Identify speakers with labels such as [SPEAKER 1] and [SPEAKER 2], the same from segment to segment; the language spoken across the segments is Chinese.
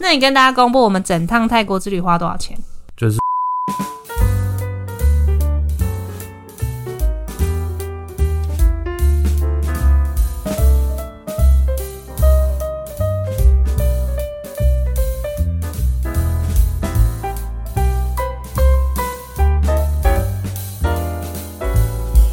[SPEAKER 1] 那你跟大家公布我们整趟泰国之旅花多少钱？
[SPEAKER 2] 就是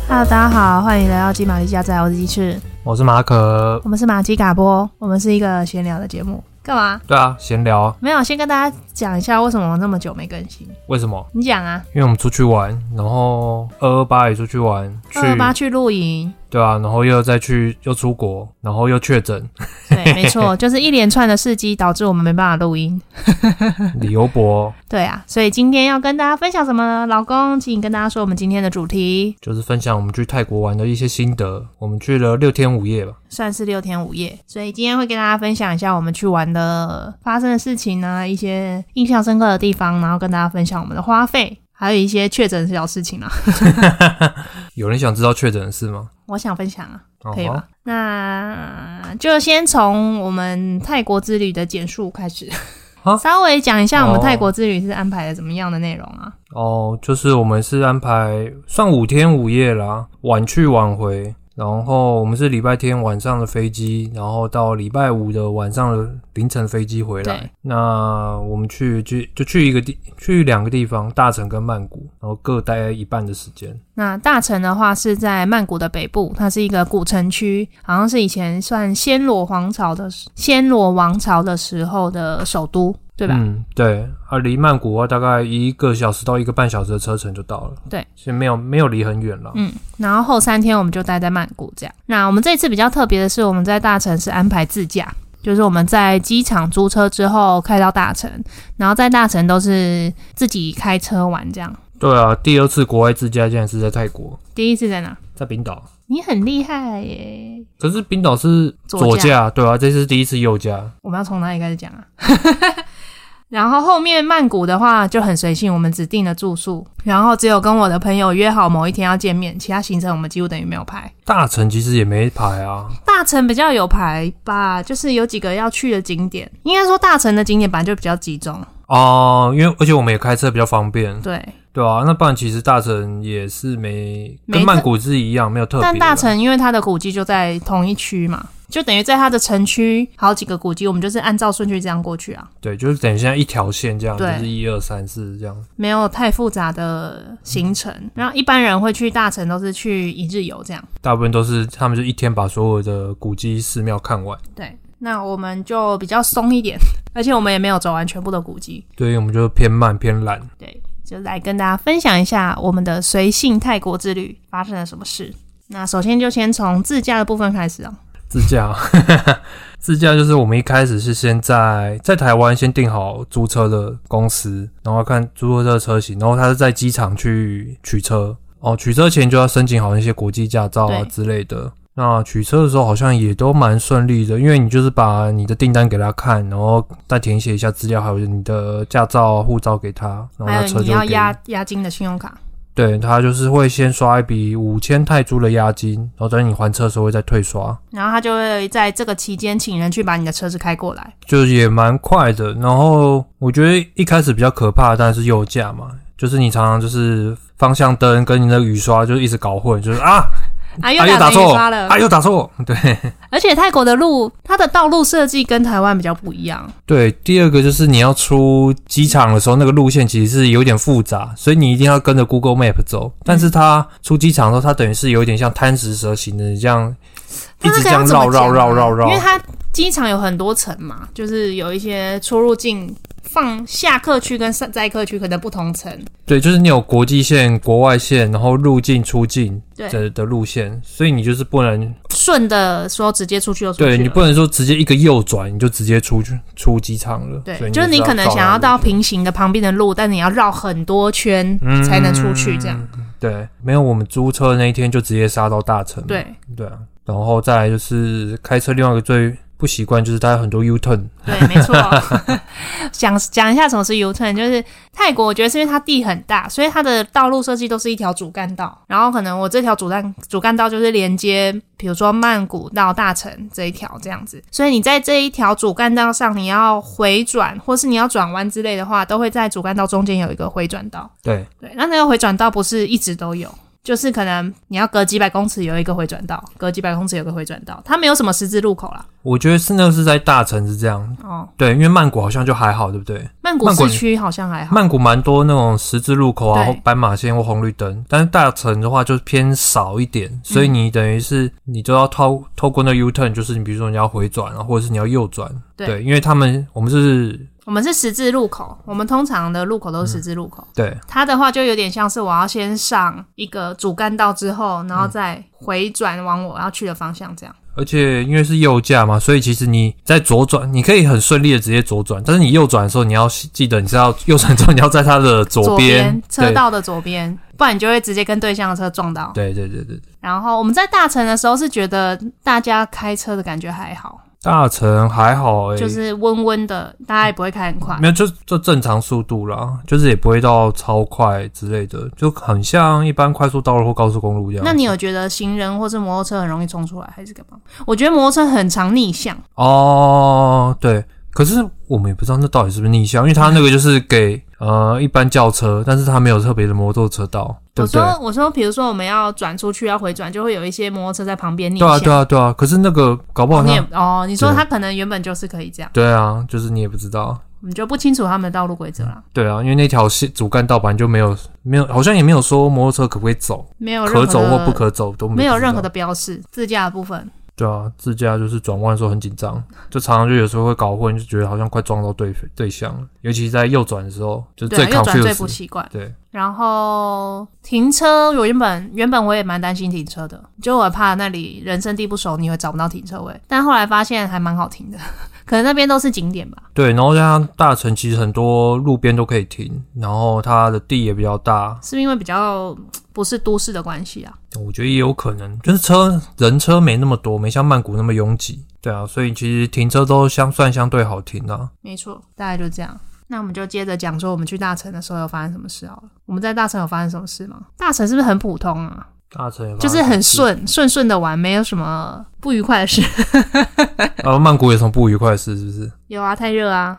[SPEAKER 1] Hello，大家好，欢迎来到金玛丽家在我是鸡翅，
[SPEAKER 2] 我是马可。
[SPEAKER 1] 我们是马吉嘎波，我们是一个闲聊的节目。干嘛？
[SPEAKER 2] 对啊，闲聊啊
[SPEAKER 1] 没有，先跟大家讲一下为什么我那么久没更新。
[SPEAKER 2] 为什么？
[SPEAKER 1] 你讲啊，
[SPEAKER 2] 因为我们出去玩，然后二二八也出去玩，去
[SPEAKER 1] 二二八去露营，
[SPEAKER 2] 对啊，然后又再去又出国，然后又确诊，
[SPEAKER 1] 对，没错，就是一连串的事迹导致我们没办法录音。嗯
[SPEAKER 2] 理由博
[SPEAKER 1] 对啊，所以今天要跟大家分享什么呢？老公，请你跟大家说我们今天的主题，
[SPEAKER 2] 就是分享我们去泰国玩的一些心得。我们去了六天五夜吧，
[SPEAKER 1] 算是六天五夜，所以今天会跟大家分享一下我们去玩的发生的事情啊，一些印象深刻的地方，然后跟大家分享我们的花费，还有一些确诊的小事情啊。
[SPEAKER 2] 有人想知道确诊的事吗？
[SPEAKER 1] 我想分享啊，
[SPEAKER 2] 哦
[SPEAKER 1] 可以吧？那就先从我们泰国之旅的简述开始
[SPEAKER 2] 啊，
[SPEAKER 1] 稍微讲一下我们
[SPEAKER 2] 哦
[SPEAKER 1] 泰国之旅是安排了怎么样的内容啊？
[SPEAKER 2] 哦，就是我们是安排算五天五夜啦，晚去晚回。然后我们是礼拜天晚上的飞机，然后到礼拜五的晚上的凌晨飞机回
[SPEAKER 1] 对
[SPEAKER 2] 来。那我们去就就去一个地，去两个地方，大城跟曼谷，然后各待一半的时间。
[SPEAKER 1] 那大城的话是在曼谷的北部，它是一个古城区，好像是以前算暹罗皇朝的暹罗王朝的时候的首都，对吧？
[SPEAKER 2] 嗯，对。啊，离曼谷的话，大概一个小时到一个半小时的车程就到了。
[SPEAKER 1] 对，
[SPEAKER 2] 其实没有没有离很远了。
[SPEAKER 1] 嗯，然后后三天我们就待在曼谷这样。那我们这次比较特别的是，我们在大城是安排自驾，就是我们在机场租车之后开到大城，然后在大城都是自己开车玩这样。
[SPEAKER 2] 对啊，第二次国外自驾竟然是在泰国，
[SPEAKER 1] 第一次在哪？
[SPEAKER 2] 在冰岛。
[SPEAKER 1] 你很厉害耶！
[SPEAKER 2] 可是冰岛是
[SPEAKER 1] 左
[SPEAKER 2] 左
[SPEAKER 1] 驾
[SPEAKER 2] 驾，对啊，这是第一次右驾，
[SPEAKER 1] 我们要从哪里开始讲啊？ 然后后面曼谷的话就很随性，我们只订了住宿，然后只有跟我的朋友约好某一天要见面，其他行程我们几乎等于没有排。
[SPEAKER 2] 大城其实也没排啊。
[SPEAKER 1] 大城比较有排吧，就是有几个要去的景点，应该说大城的景点本来就比较集中。
[SPEAKER 2] 哦、因为而且我们也开车比较方便，
[SPEAKER 1] 对，
[SPEAKER 2] 对啊，那不然其实大城也是没
[SPEAKER 1] 没
[SPEAKER 2] 跟
[SPEAKER 1] 特
[SPEAKER 2] 曼谷是一样，没有特别啦。
[SPEAKER 1] 但大城因为它的古迹就在同一区嘛，就等于在它的城区好几个古迹，我们就是按照顺序这样过去啊，
[SPEAKER 2] 对，就是等于现在一条线这样，就
[SPEAKER 1] 对
[SPEAKER 2] 是一二三四这样。
[SPEAKER 1] 没有太复杂的行程。然后一般人会去大城都是去一日游这样。
[SPEAKER 2] 大部分都是他们就一天把所有的古迹寺庙看完，
[SPEAKER 1] 对，那我们就比较松一点， 而且我们也没有走完全部的古迹。
[SPEAKER 2] 对，我们就偏慢偏懒。
[SPEAKER 1] 对，就来跟大家分享一下我们的随性泰国之旅发生了什么事。那首先就先从自驾的部分开始哦。
[SPEAKER 2] 自驾， 自驾就是我们一开始是先在在台湾先定好租车的公司，然后看租车的车型，然后他是在机场去取车。哦，取车前就要申请好一些国际驾照啊
[SPEAKER 1] 对
[SPEAKER 2] 之类的。那取车的时候好像也都蛮顺利的，因为你就是把你的订单给他看，然后再填写一下资料，还有你的驾照、啊护照给他，然后
[SPEAKER 1] 还
[SPEAKER 2] 他
[SPEAKER 1] 有
[SPEAKER 2] 车
[SPEAKER 1] 你
[SPEAKER 2] 就会
[SPEAKER 1] 要
[SPEAKER 2] 给你
[SPEAKER 1] 押押金的信用卡，
[SPEAKER 2] 对他就是会先刷一笔五千泰铢的押金，然后等你还车的时候会再退刷。
[SPEAKER 1] 然后他就会在这个期间请人去把你的车子开过来。
[SPEAKER 2] 就是也蛮快的。然后我觉得一开始比较可怕，的当然是右驾嘛，就是你常常就是方向灯跟你的雨刷就一直搞混，就是啊
[SPEAKER 1] 啊，又
[SPEAKER 2] 啊又
[SPEAKER 1] 打
[SPEAKER 2] 打
[SPEAKER 1] 错
[SPEAKER 2] 错，
[SPEAKER 1] 刷了。
[SPEAKER 2] 啊又打错。对
[SPEAKER 1] 而且泰国的路，它的道路设计跟台湾比较不一样。
[SPEAKER 2] 对，第二个就是你要出机场的时候，那个路线其实是有点复杂，所以你一定要跟着 Google Map 走。但是它出机场的时候，它等于是有点像贪食蛇型的，你这样
[SPEAKER 1] 它
[SPEAKER 2] 一
[SPEAKER 1] 那个
[SPEAKER 2] 直这
[SPEAKER 1] 要
[SPEAKER 2] 样
[SPEAKER 1] 怎么
[SPEAKER 2] 绕
[SPEAKER 1] 讲
[SPEAKER 2] 绕
[SPEAKER 1] 啊
[SPEAKER 2] 绕绕绕
[SPEAKER 1] 因为。它机场有很多层嘛，就是有一些出入境。放下客区跟上载客区可能不同层，
[SPEAKER 2] 对，就是你有国际线、国外线，然后入境、出境
[SPEAKER 1] 对
[SPEAKER 2] 的的路线，所以你就是不能，顺
[SPEAKER 1] 顺的说直接出去就出去了。
[SPEAKER 2] 对你不能说直接一个右转你就直接出去出机场了。所以
[SPEAKER 1] 对，
[SPEAKER 2] 你
[SPEAKER 1] 就是你可能想要到平行的旁边的路，但你要绕很多圈
[SPEAKER 2] 嗯
[SPEAKER 1] 才能出去，这样。
[SPEAKER 2] 对，没有我们租车那一天就直接杀到大城。
[SPEAKER 1] 对，
[SPEAKER 2] 对啊，然后再来就是开车，另外一个最不习惯，就是它有很多 U turn，
[SPEAKER 1] 对，没错。 讲讲一下什么是 U turn，就是泰国，我觉得是因为它地很大，所以它的道路设计都是一条主干道。然后可能我这条主干主干道就是连接，比如说曼谷到大城这一条这样子。所以你在这一条主干道上，你要回转或是你要转弯之类的话，都会在主干道中间有一个回转道。
[SPEAKER 2] 对，
[SPEAKER 1] 对，那那个回转道不是一直都有，就是可能你要隔几百公尺有一个回转道，隔几百公尺有个回转道，它没有什么十字路口啦。
[SPEAKER 2] 我觉得是那个是在大城是这样，
[SPEAKER 1] 哦，
[SPEAKER 2] 对，因为曼谷好像就还好，对不对？
[SPEAKER 1] 曼谷
[SPEAKER 2] 曼谷
[SPEAKER 1] 市区好像还好。
[SPEAKER 2] 曼谷蛮多那种十字路口啊，
[SPEAKER 1] 对
[SPEAKER 2] 或斑马线或红绿灯，但是大城的话就是偏少一点，所以你等于是你就要透透过那 U turn，就是你比如说你要回转啊，或者是你要右转，
[SPEAKER 1] 对
[SPEAKER 2] 对，因为他们我们是
[SPEAKER 1] 我们是十字路口，我们通常的路口都是十字路口。
[SPEAKER 2] 对
[SPEAKER 1] 它的话就有点像是我要先上一个主干道之后，然后再回转往我要去的方向这样。
[SPEAKER 2] 而且因为是右驾嘛，所以其实你在左转，你可以很顺利的直接左转，但是你右转的时候，你要记得你是要右转之后，你要在它的左边
[SPEAKER 1] 边，车
[SPEAKER 2] 对
[SPEAKER 1] 道的左边，不然你就会直接跟对向的车撞到。
[SPEAKER 2] 对对对对，对
[SPEAKER 1] 然后我们在大城的时候是觉得大家开车的感觉还好，
[SPEAKER 2] 大城还好诶、
[SPEAKER 1] 就是温温的，大家也不会开很快。
[SPEAKER 2] 没有，就就正常速度啦，就是也不会到超快之类的，就很像一般快速道路或高速公路这样。
[SPEAKER 1] 那你有觉得行人或是摩托车很容易冲出来，还是干嘛？我觉得摩托车很常逆向，
[SPEAKER 2] 哦，对，可是我们也不知道那到底是不是逆向，因为它那个就是给呃一般轿车，但是它没有特别的摩托车道，对
[SPEAKER 1] 我
[SPEAKER 2] 不对？
[SPEAKER 1] 说，我说，比如说我们要转出去要回转，就会有一些摩托车在旁边逆
[SPEAKER 2] 对
[SPEAKER 1] 向。
[SPEAKER 2] 啊，对啊，对啊。可是那个搞不好
[SPEAKER 1] 哦你也
[SPEAKER 2] 它，
[SPEAKER 1] 哦，你说
[SPEAKER 2] 对
[SPEAKER 1] 他可能原本就是可以这样，
[SPEAKER 2] 对啊，就是你也不知道。
[SPEAKER 1] 我们就不清楚他们的道路规则啦，
[SPEAKER 2] 对啊，因为那条线主干道本来就没有没有，好像也没有说摩托车可不可以走，
[SPEAKER 1] 没哦有任何
[SPEAKER 2] 可
[SPEAKER 1] 的
[SPEAKER 2] 走或不可走都
[SPEAKER 1] 没有任何
[SPEAKER 2] 的。
[SPEAKER 1] 的标示。自驾的部分，
[SPEAKER 2] 对啊，自驾就是转弯的时候很紧张，就常常就有时候会搞混，就觉得好像快撞到对对象了，尤其是在右转的时候，就是
[SPEAKER 1] 对
[SPEAKER 2] 最
[SPEAKER 1] 啊，右转最
[SPEAKER 2] confused
[SPEAKER 1] 不习惯。
[SPEAKER 2] 对，
[SPEAKER 1] 然后停车，我原本原本我也蛮担心停车的，就我怕那里人生地不熟，你会找不到停车位。但后来发现还蛮好停的， 可能那边都是景点吧。
[SPEAKER 2] 对，然后加上大城其实很多路边都可以停，然后它的地也比较大，
[SPEAKER 1] 是不是因为比较不是都市的关系啊？
[SPEAKER 2] 我觉得也有可能就是车人车没那么多，没像曼谷那么拥挤。对啊，所以其实停车都相算相对好停啊。
[SPEAKER 1] 没错，大概就这样。那我们就接着讲说我们去大城的时候有发生什么事好了。我们在大城有发生什么事吗？大城是不是很普通啊？
[SPEAKER 2] 大城也发
[SPEAKER 1] 就
[SPEAKER 2] 生
[SPEAKER 1] 是很
[SPEAKER 2] 什么
[SPEAKER 1] 顺顺顺的玩，没有什么不愉快的事。
[SPEAKER 2] 事，然后啊曼谷有什么不愉快的事是不是？
[SPEAKER 1] 有啊，太热 啊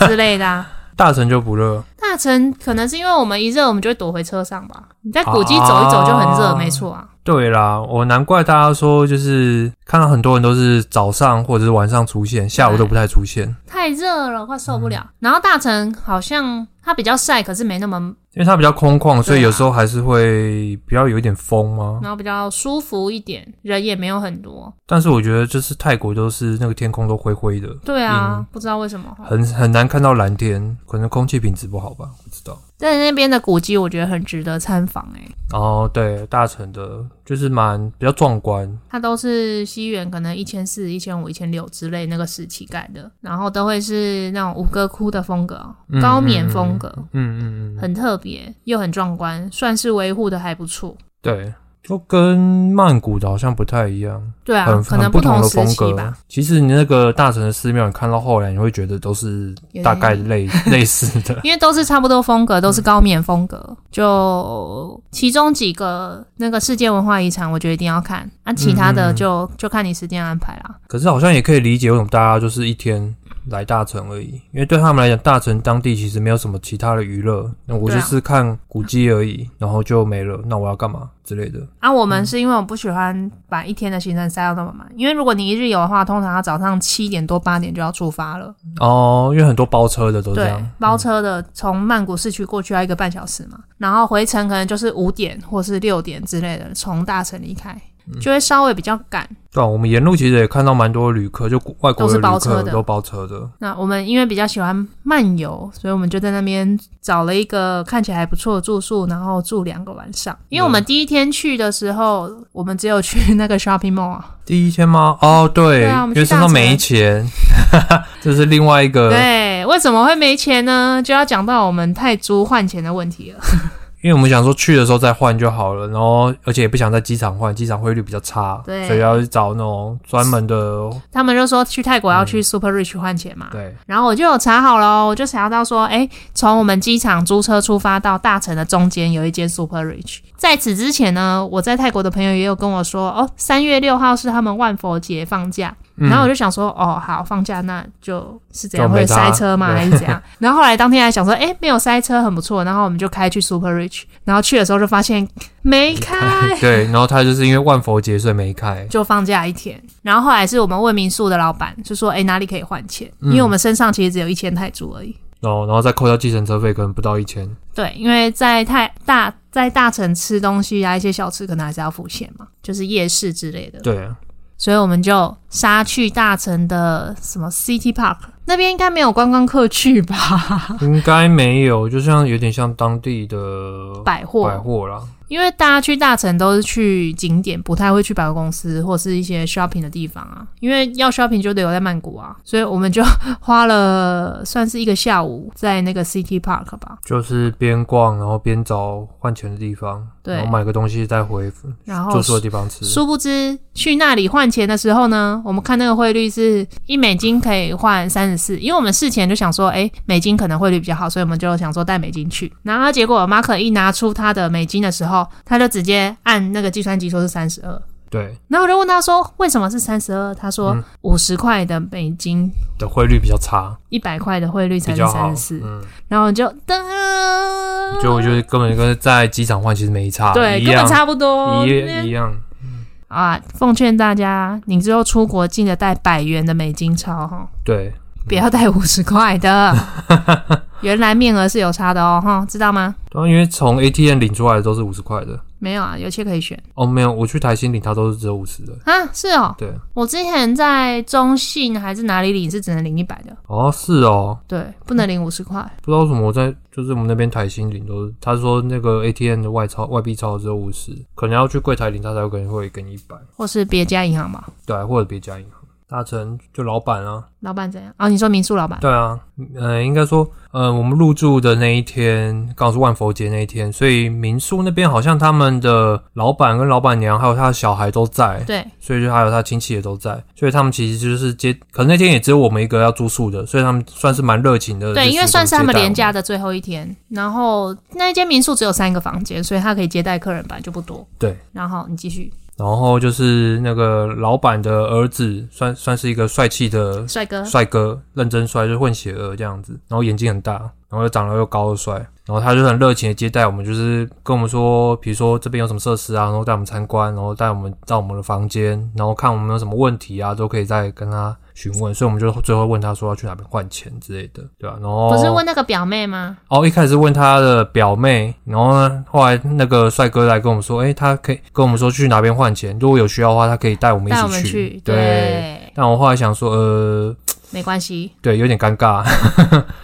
[SPEAKER 1] 之类的啊。
[SPEAKER 2] 大城就不热，
[SPEAKER 1] 大城可能是因为我们一热，我们就会躲回车上吧。你在古迹走一走就很热，
[SPEAKER 2] 啊
[SPEAKER 1] 没错啊。
[SPEAKER 2] 对啦，我难怪大家说就是看到很多人都是早上或者是晚上出现，下午都不太出现，
[SPEAKER 1] 太热了，快受不了。然后大城好像它比较晒，可是没那么，
[SPEAKER 2] 因为它比较空旷，所
[SPEAKER 1] 对
[SPEAKER 2] 以
[SPEAKER 1] 啊
[SPEAKER 2] 有时候还是会比较有一点风嘛。
[SPEAKER 1] 然后比较舒服一点，人也没有很多。
[SPEAKER 2] 但是我觉得就是泰国都是那个天空都灰灰的，
[SPEAKER 1] 对啊，
[SPEAKER 2] 嗯
[SPEAKER 1] 不知道为什么哈。
[SPEAKER 2] 很很难看到蓝天，可能空气品质不好吧，不知道。
[SPEAKER 1] 但是那边的古迹我觉得很值得参访诶，
[SPEAKER 2] 哦，对，大城的就是蛮比较壮观，
[SPEAKER 1] 它都是西元可能一千四、一千五、一千六之类那个时期盖的，然后都会是那种五哥窟的风格哦、
[SPEAKER 2] 嗯
[SPEAKER 1] 高棉风格，
[SPEAKER 2] 嗯嗯嗯，
[SPEAKER 1] 很特别又很壮观，算是维护的还不错。
[SPEAKER 2] 对，就跟曼谷的好像不太一样，
[SPEAKER 1] 对啊，
[SPEAKER 2] 很
[SPEAKER 1] 可
[SPEAKER 2] 很
[SPEAKER 1] 能
[SPEAKER 2] 不
[SPEAKER 1] 同
[SPEAKER 2] 的
[SPEAKER 1] 时
[SPEAKER 2] 风
[SPEAKER 1] 期
[SPEAKER 2] 格
[SPEAKER 1] 吧，。
[SPEAKER 2] 其实你那个大城的寺庙，你看到后来你会觉得都是
[SPEAKER 1] 有点
[SPEAKER 2] 大概 类类似的，
[SPEAKER 1] 因为都是差不多风格，都是高棉风格。就其中几个那个世界文化遗产，我觉得一定要看。啊，其他的
[SPEAKER 2] 嗯嗯嗯
[SPEAKER 1] 就、就看你时间安排啦。
[SPEAKER 2] 可是好像也可以理解为什么大家就是一天。来大城而已，因为对他们来讲，大城当地其实没有什么其他的娱乐，那我
[SPEAKER 1] 对
[SPEAKER 2] 就
[SPEAKER 1] 啊
[SPEAKER 2] 是看古迹而已，然后就没了。那我要干嘛之类的？
[SPEAKER 1] 啊，我们是因为我不喜欢把一天的行程塞到那么满，因为如果你一日游的话，通常要早上七点多八点就要出发了。
[SPEAKER 2] 哦，因为很多包车的都这
[SPEAKER 1] 对
[SPEAKER 2] 样，，嗯
[SPEAKER 1] 包车的从曼谷市区过去要一个半小时嘛，然后回程可能就是五点或是六点之类的从大城离开，
[SPEAKER 2] 嗯
[SPEAKER 1] 就会稍微比较赶。
[SPEAKER 2] 对啊、我们沿路其实也看到蛮多旅客，就国外国的
[SPEAKER 1] 都
[SPEAKER 2] 旅
[SPEAKER 1] 是包车
[SPEAKER 2] 客
[SPEAKER 1] 的
[SPEAKER 2] 都包车的。
[SPEAKER 1] 那我们因为比较喜欢漫游，所以我们就在那边找了一个看起来还不错的住宿，然后住两个晚
[SPEAKER 2] 嗯
[SPEAKER 1] 上。因为我们第一天去的时候，我们只有去那个 shopping mall 啊，
[SPEAKER 2] 第一天吗？哦，对，
[SPEAKER 1] 对啊我
[SPEAKER 2] 因
[SPEAKER 1] 们去
[SPEAKER 2] 为身上
[SPEAKER 1] 大城
[SPEAKER 2] 没钱， 这是另外一个。
[SPEAKER 1] 对，为什么会没钱呢？就要讲到我们泰铢换钱的问题了。
[SPEAKER 2] 因为我们想说去的时候再换就好了，然后而且也不想在机场换，机场汇率比较差，
[SPEAKER 1] 对啊
[SPEAKER 2] 所以要去找那种专门的，
[SPEAKER 1] 他们就说去泰国要
[SPEAKER 2] 嗯
[SPEAKER 1] 去 Super Rich 换钱嘛，
[SPEAKER 2] 对，
[SPEAKER 1] 然后我就有查好喽，我就查到说，哎，从我们机场租车出发到大城的中间有一间 Super Rich。在此之前呢，我在泰国的朋友也有跟我说，哦，三月六号是他们万佛节放假，
[SPEAKER 2] 嗯
[SPEAKER 1] 然后我就想说，哦，好，放假那就是怎样
[SPEAKER 2] 就
[SPEAKER 1] 会
[SPEAKER 2] 没
[SPEAKER 1] 有
[SPEAKER 2] 差
[SPEAKER 1] 塞车吗？
[SPEAKER 2] 对。
[SPEAKER 1] 还是怎样？然后后来当天还想说，哎，没有塞车很不错，然后我们就开去 Super Rich，然后去的时候就发现没开
[SPEAKER 2] 对，然后他就是因为万佛节所以没开，
[SPEAKER 1] 就放假一天，然后后来是我们问民宿的老板就说：“哎，哪里可以换钱？因为我们身上其实只有一千泰铢而已。”
[SPEAKER 2] 然后然后再扣掉计程车费，可能不到一千，
[SPEAKER 1] 对，因为在太大在大城吃东西啊，一些小吃可能还是要付钱嘛，就是夜市之类的。
[SPEAKER 2] 对，
[SPEAKER 1] 所以我们就杀去大城的什么 City Park 那边，应该没有观光客去 吧？
[SPEAKER 2] 应该没有，就像有点像当地的
[SPEAKER 1] 百货，
[SPEAKER 2] 百货啦，
[SPEAKER 1] 因为大家去大城都是去景点，不太会去百货公司或是一些 shopping 的地方啊。因为要 shopping 就得留在曼谷啊，所以我们就花了算是一个下午在那个 City Park 吧。
[SPEAKER 2] 就是边逛然后边找换钱的地方，
[SPEAKER 1] 对哦
[SPEAKER 2] 然后买个东西再回
[SPEAKER 1] 然后
[SPEAKER 2] 住宿的地方吃，
[SPEAKER 1] 殊不知去那里换钱的时候呢，我们看那个汇率是一美金可以换三十四，因为我们事前就想说，诶，美金可能汇率比较好，所以我们就想说带美金去。然后结果马可一拿出他的美金的时候，他就直接按那个计算机说是三十二。
[SPEAKER 2] 对
[SPEAKER 1] 然后我就问他说为什么是三十二？他说
[SPEAKER 2] 嗯
[SPEAKER 1] 五十块的美金，
[SPEAKER 2] 的汇率比较差，
[SPEAKER 1] 一百块的汇率才
[SPEAKER 2] 比
[SPEAKER 1] 是
[SPEAKER 2] 较好
[SPEAKER 1] 三十，四。
[SPEAKER 2] 嗯，
[SPEAKER 1] 然后我就噔，
[SPEAKER 2] 就我觉得根本跟在机场换其实没差，
[SPEAKER 1] 嗯对，
[SPEAKER 2] 一
[SPEAKER 1] 根
[SPEAKER 2] 样
[SPEAKER 1] 本差不多，嗯
[SPEAKER 2] 一一样，
[SPEAKER 1] 啊，奉劝大家，你之后出国记得带百元的美金钞哈，
[SPEAKER 2] 对，
[SPEAKER 1] 不要带五十块 的。原来面额是有差的哦，哈，知道吗？
[SPEAKER 2] 当啊然因为从 ATM 领出来的都是五十块的，
[SPEAKER 1] 没有啊，有些可以选
[SPEAKER 2] 哦，没有，我去台新领它都是只有五十的，
[SPEAKER 1] 啊。是哦，
[SPEAKER 2] 对，
[SPEAKER 1] 我之前在中信还是哪里领是只能领一百的，
[SPEAKER 2] 哦，是哦，
[SPEAKER 1] 对，不能领五十块。
[SPEAKER 2] 不知道为什么我在就是我们那边台新领都是，他说那个 ATM 的外钞外币钞只有五十，可能要去柜台领他才有可能会给你一百，
[SPEAKER 1] 或是别家银行吧。
[SPEAKER 2] 对啊、或者别家银行，大成就老板啊，
[SPEAKER 1] 老板怎样？哦，你说民宿老板？
[SPEAKER 2] 对啊，呃，应该说，呃，我们入住的那一天刚好是万佛节那一天，所以民宿那边好像他们的老板跟老板娘还有他的小孩都在，
[SPEAKER 1] 对，
[SPEAKER 2] 所以就还有他亲戚也都在，所以他们其实就是接，可能那天也只有我们一个要住宿的，所以他们算是蛮热情的。
[SPEAKER 1] 对，
[SPEAKER 2] 就是
[SPEAKER 1] 因为算是他们
[SPEAKER 2] 接待我
[SPEAKER 1] 廉价的最后一天，然后那一间民宿只有三个房间，所以他可以接待客人本来就不多。
[SPEAKER 2] 对，
[SPEAKER 1] 然后你继续，
[SPEAKER 2] 然后就是那个老板的儿子，算算是一个帅气的
[SPEAKER 1] 帅哥，
[SPEAKER 2] 帅哥，认真帅，就是混血儿这样子，然后眼睛很大，然后又长得又高又帅，然后他就很热情的接待我们，就是跟我们说，比如说这边有什么设施啊，然后带我们参观，然后带我们到我们的房间，然后看我们有什么问题啊，都可以再跟他询问，所以我们就最后问他说要去哪边换钱之类的，对吧、啊然后
[SPEAKER 1] 不是问那个表妹吗？
[SPEAKER 2] 哦，一开始问他的表妹，然后呢，后来那个帅哥来跟我们说，诶、他可以跟我们说去哪边换钱，如果有需要的话，他可以带我们一
[SPEAKER 1] 带我
[SPEAKER 2] 起
[SPEAKER 1] 们去，
[SPEAKER 2] 对。但我后来想说，呃，
[SPEAKER 1] 没关系，
[SPEAKER 2] 对，有点尴尬。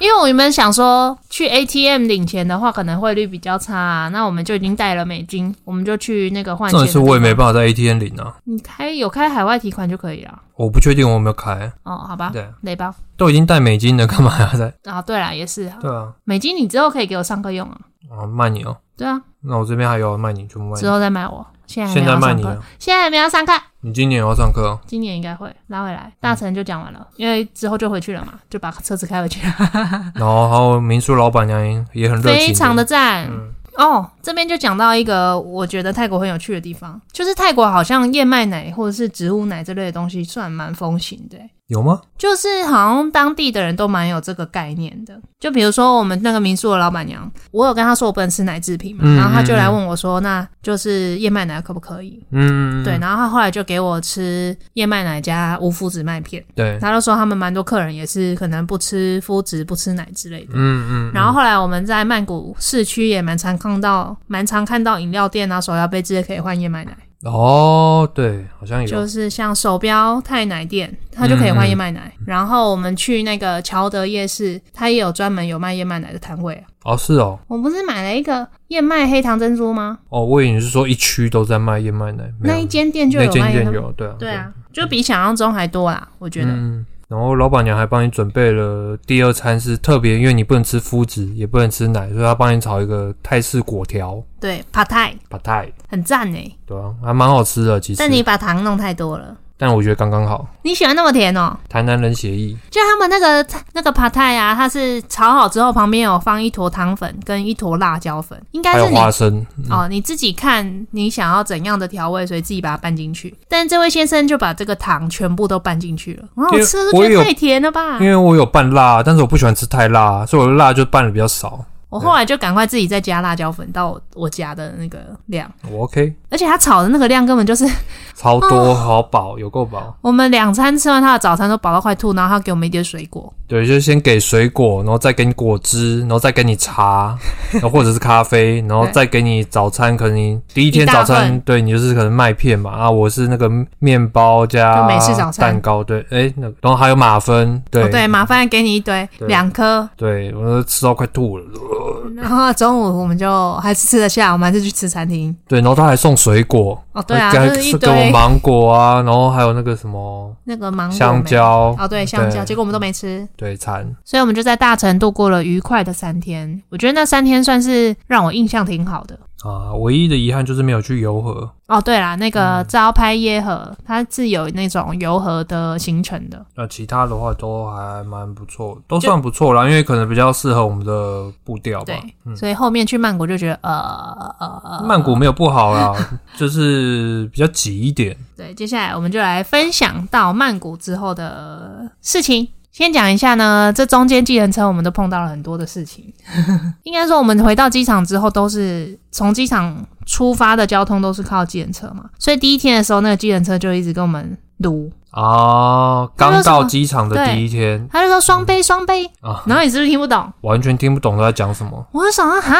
[SPEAKER 1] 因为我原本想说去 ATM 领钱的话，可能汇率比较差、啊，那我们就已经带了美金，我们就去那个换
[SPEAKER 2] 这
[SPEAKER 1] 钱。
[SPEAKER 2] 一次我也没，办法在 ATM 领啊，
[SPEAKER 1] 你开有开海外提款就可以了。
[SPEAKER 2] 我不确定我有没有开。
[SPEAKER 1] 哦，好吧，
[SPEAKER 2] 对，
[SPEAKER 1] 雷包
[SPEAKER 2] 都已经带美金了，干嘛还要再？
[SPEAKER 1] 啊，对啦，也是啊，
[SPEAKER 2] 对啊，
[SPEAKER 1] 美金你之后可以给我上课用啊。
[SPEAKER 2] 啊，卖你哦。
[SPEAKER 1] 对啊，
[SPEAKER 2] 那我这边还有卖你，全部卖
[SPEAKER 1] 之
[SPEAKER 2] 你。
[SPEAKER 1] 后再买我。现在还
[SPEAKER 2] 现
[SPEAKER 1] 没
[SPEAKER 2] 在
[SPEAKER 1] 有
[SPEAKER 2] 卖
[SPEAKER 1] 上
[SPEAKER 2] 你
[SPEAKER 1] 课，
[SPEAKER 2] 哦，
[SPEAKER 1] 现在还没有上课，
[SPEAKER 2] 你今年有要上课哦？
[SPEAKER 1] 今年应该会拉回
[SPEAKER 2] 嗯
[SPEAKER 1] 来。大成就讲完了，因为之后就回去了嘛，就把车子开回去了，
[SPEAKER 2] 然后还有民宿老板娘也也很热情，
[SPEAKER 1] 非常的赞。
[SPEAKER 2] 嗯
[SPEAKER 1] 哦，这边就讲到一个我觉得泰国很有趣的地方，就是泰国好像燕麦奶或者是植物奶这类的东西算蛮风行的欸、
[SPEAKER 2] 有吗？
[SPEAKER 1] 就是好像当地的人都蛮有这个概念的。就比如说我们那个民宿的老板娘，我有跟她说我不能吃奶制品嘛，
[SPEAKER 2] 嗯
[SPEAKER 1] 然后她就来问我说，那就是燕麦奶可不可以？
[SPEAKER 2] 嗯，
[SPEAKER 1] 对，然后她后来就给我吃燕麦奶加无麸质麦片，
[SPEAKER 2] 对，
[SPEAKER 1] 她就说他们蛮多客人也是可能不吃麸质、不吃奶之类的。
[SPEAKER 2] 嗯嗯，
[SPEAKER 1] 然后后来我们在曼谷市区也蛮常看到，蛮常看到饮料店啊、手摇杯之类可以换燕麦奶，
[SPEAKER 2] 哦，对，好像有，
[SPEAKER 1] 就是像手标泰奶店，它就可以换燕麦奶。
[SPEAKER 2] 嗯
[SPEAKER 1] 然后我们去那个乔德夜市，它也有专门有卖燕麦奶的摊位啊。
[SPEAKER 2] 哦是哦，
[SPEAKER 1] 我不是买了一个燕麦黑糖珍珠吗？
[SPEAKER 2] 哦，我以为你是说一区都在卖燕麦奶，没
[SPEAKER 1] 那一
[SPEAKER 2] 有，
[SPEAKER 1] 间店就
[SPEAKER 2] 那
[SPEAKER 1] 有
[SPEAKER 2] 间
[SPEAKER 1] 卖燕
[SPEAKER 2] 店
[SPEAKER 1] 麦，
[SPEAKER 2] 有，对啊，
[SPEAKER 1] 对啊，就比想象中还多啦，我觉得。
[SPEAKER 2] 嗯，然后老板娘还帮你准备了第二餐是特别，因为你不能吃麸质，也不能吃奶，所以她帮你炒一个泰式果条，
[SPEAKER 1] 对，爬泰
[SPEAKER 2] 把泰，
[SPEAKER 1] 很赞哎，
[SPEAKER 2] 对啊，还蛮好吃的。其实，
[SPEAKER 1] 但你把糖弄太多了。
[SPEAKER 2] 但我觉得刚刚好，
[SPEAKER 1] 你喜欢那么甜哦？
[SPEAKER 2] 台南人协议，
[SPEAKER 1] 就他们那个那个爬泰啊，它是炒好之后旁边有放一坨糖粉跟一坨辣椒粉，应该
[SPEAKER 2] 还有
[SPEAKER 1] 是你
[SPEAKER 2] 花生，
[SPEAKER 1] 哦，你自己看你想要怎样的调味，所以自己把它拌进去。但这位先生就把这个糖全部都拌进去了，然后我
[SPEAKER 2] 因为
[SPEAKER 1] 吃了
[SPEAKER 2] 我
[SPEAKER 1] 就觉
[SPEAKER 2] 有
[SPEAKER 1] 得太甜了吧
[SPEAKER 2] 因。为我有拌辣，但是我不喜欢吃太辣，所以我的辣就拌的比较少。
[SPEAKER 1] 我后来就赶快自己再加辣椒粉到我我加的那个量，
[SPEAKER 2] 我 OK，
[SPEAKER 1] 而且他炒的那个量根本就是
[SPEAKER 2] 超多好饱，有够饱。
[SPEAKER 1] 我们两餐吃完他的早餐都饱到快吐，然后他给我们一点水果，
[SPEAKER 2] 对，就先给水果，然后再给你果汁，然后再给你茶，然后或者是咖啡，然后
[SPEAKER 1] 对
[SPEAKER 2] 再给你早餐。可能你第一天
[SPEAKER 1] 一
[SPEAKER 2] 早
[SPEAKER 1] 大份
[SPEAKER 2] 餐，对你就是可能麦片嘛，啊，我是那个面包加
[SPEAKER 1] 就美式早餐
[SPEAKER 2] 蛋糕，对，哎、那然后还有马芬，对、
[SPEAKER 1] 哦对，麻烦给你一堆
[SPEAKER 2] 对
[SPEAKER 1] 两颗，
[SPEAKER 2] 对，我都吃到快吐了。
[SPEAKER 1] 然后中午我们就还是吃得下，我们还是去吃餐厅。
[SPEAKER 2] 对，然后他还送水果，
[SPEAKER 1] 哦对啊，
[SPEAKER 2] 给
[SPEAKER 1] 就是一
[SPEAKER 2] 给我
[SPEAKER 1] 堆
[SPEAKER 2] 芒果啊，然后还有那个什么
[SPEAKER 1] 那个芒果
[SPEAKER 2] 香
[SPEAKER 1] 莓，
[SPEAKER 2] 蕉，
[SPEAKER 1] 哦对香蕉，
[SPEAKER 2] 对
[SPEAKER 1] 结果我们都没吃。
[SPEAKER 2] 对，餐
[SPEAKER 1] 所以我们就在大城度过了愉快的三天。我觉得那三天算是让我印象挺好的。
[SPEAKER 2] 啊，唯一的遗憾就是没有去游河。
[SPEAKER 1] 哦，对啦，那个
[SPEAKER 2] 嗯
[SPEAKER 1] 招拍耶河，它是有那种游河的行程的。
[SPEAKER 2] 那其他的话都还蛮不错，都算不错啦，因为可能比较适合我们的步调吧嗯
[SPEAKER 1] 对。，所以后面去曼谷就觉得，呃呃呃，
[SPEAKER 2] 曼谷没有不好 啦，就是比较挤一点。
[SPEAKER 1] 对，接下来我们就来分享到曼谷之后的事情。先讲一下呢，这中间计程车我们都碰到了很多的事情。 应该说，我们回到机场之后，都是从机场出发的交通都是靠计程车嘛，所以第一天的时候，那个计程车就一直跟我们撸，
[SPEAKER 2] 啊，
[SPEAKER 1] 那
[SPEAKER 2] 刚
[SPEAKER 1] 为什么
[SPEAKER 2] 到机场的第一天
[SPEAKER 1] 他就说双杯双杯，
[SPEAKER 2] 啊，
[SPEAKER 1] 然后你是不是听不懂？
[SPEAKER 2] 完全听不懂他在讲什么。
[SPEAKER 1] 我就想说啊哈，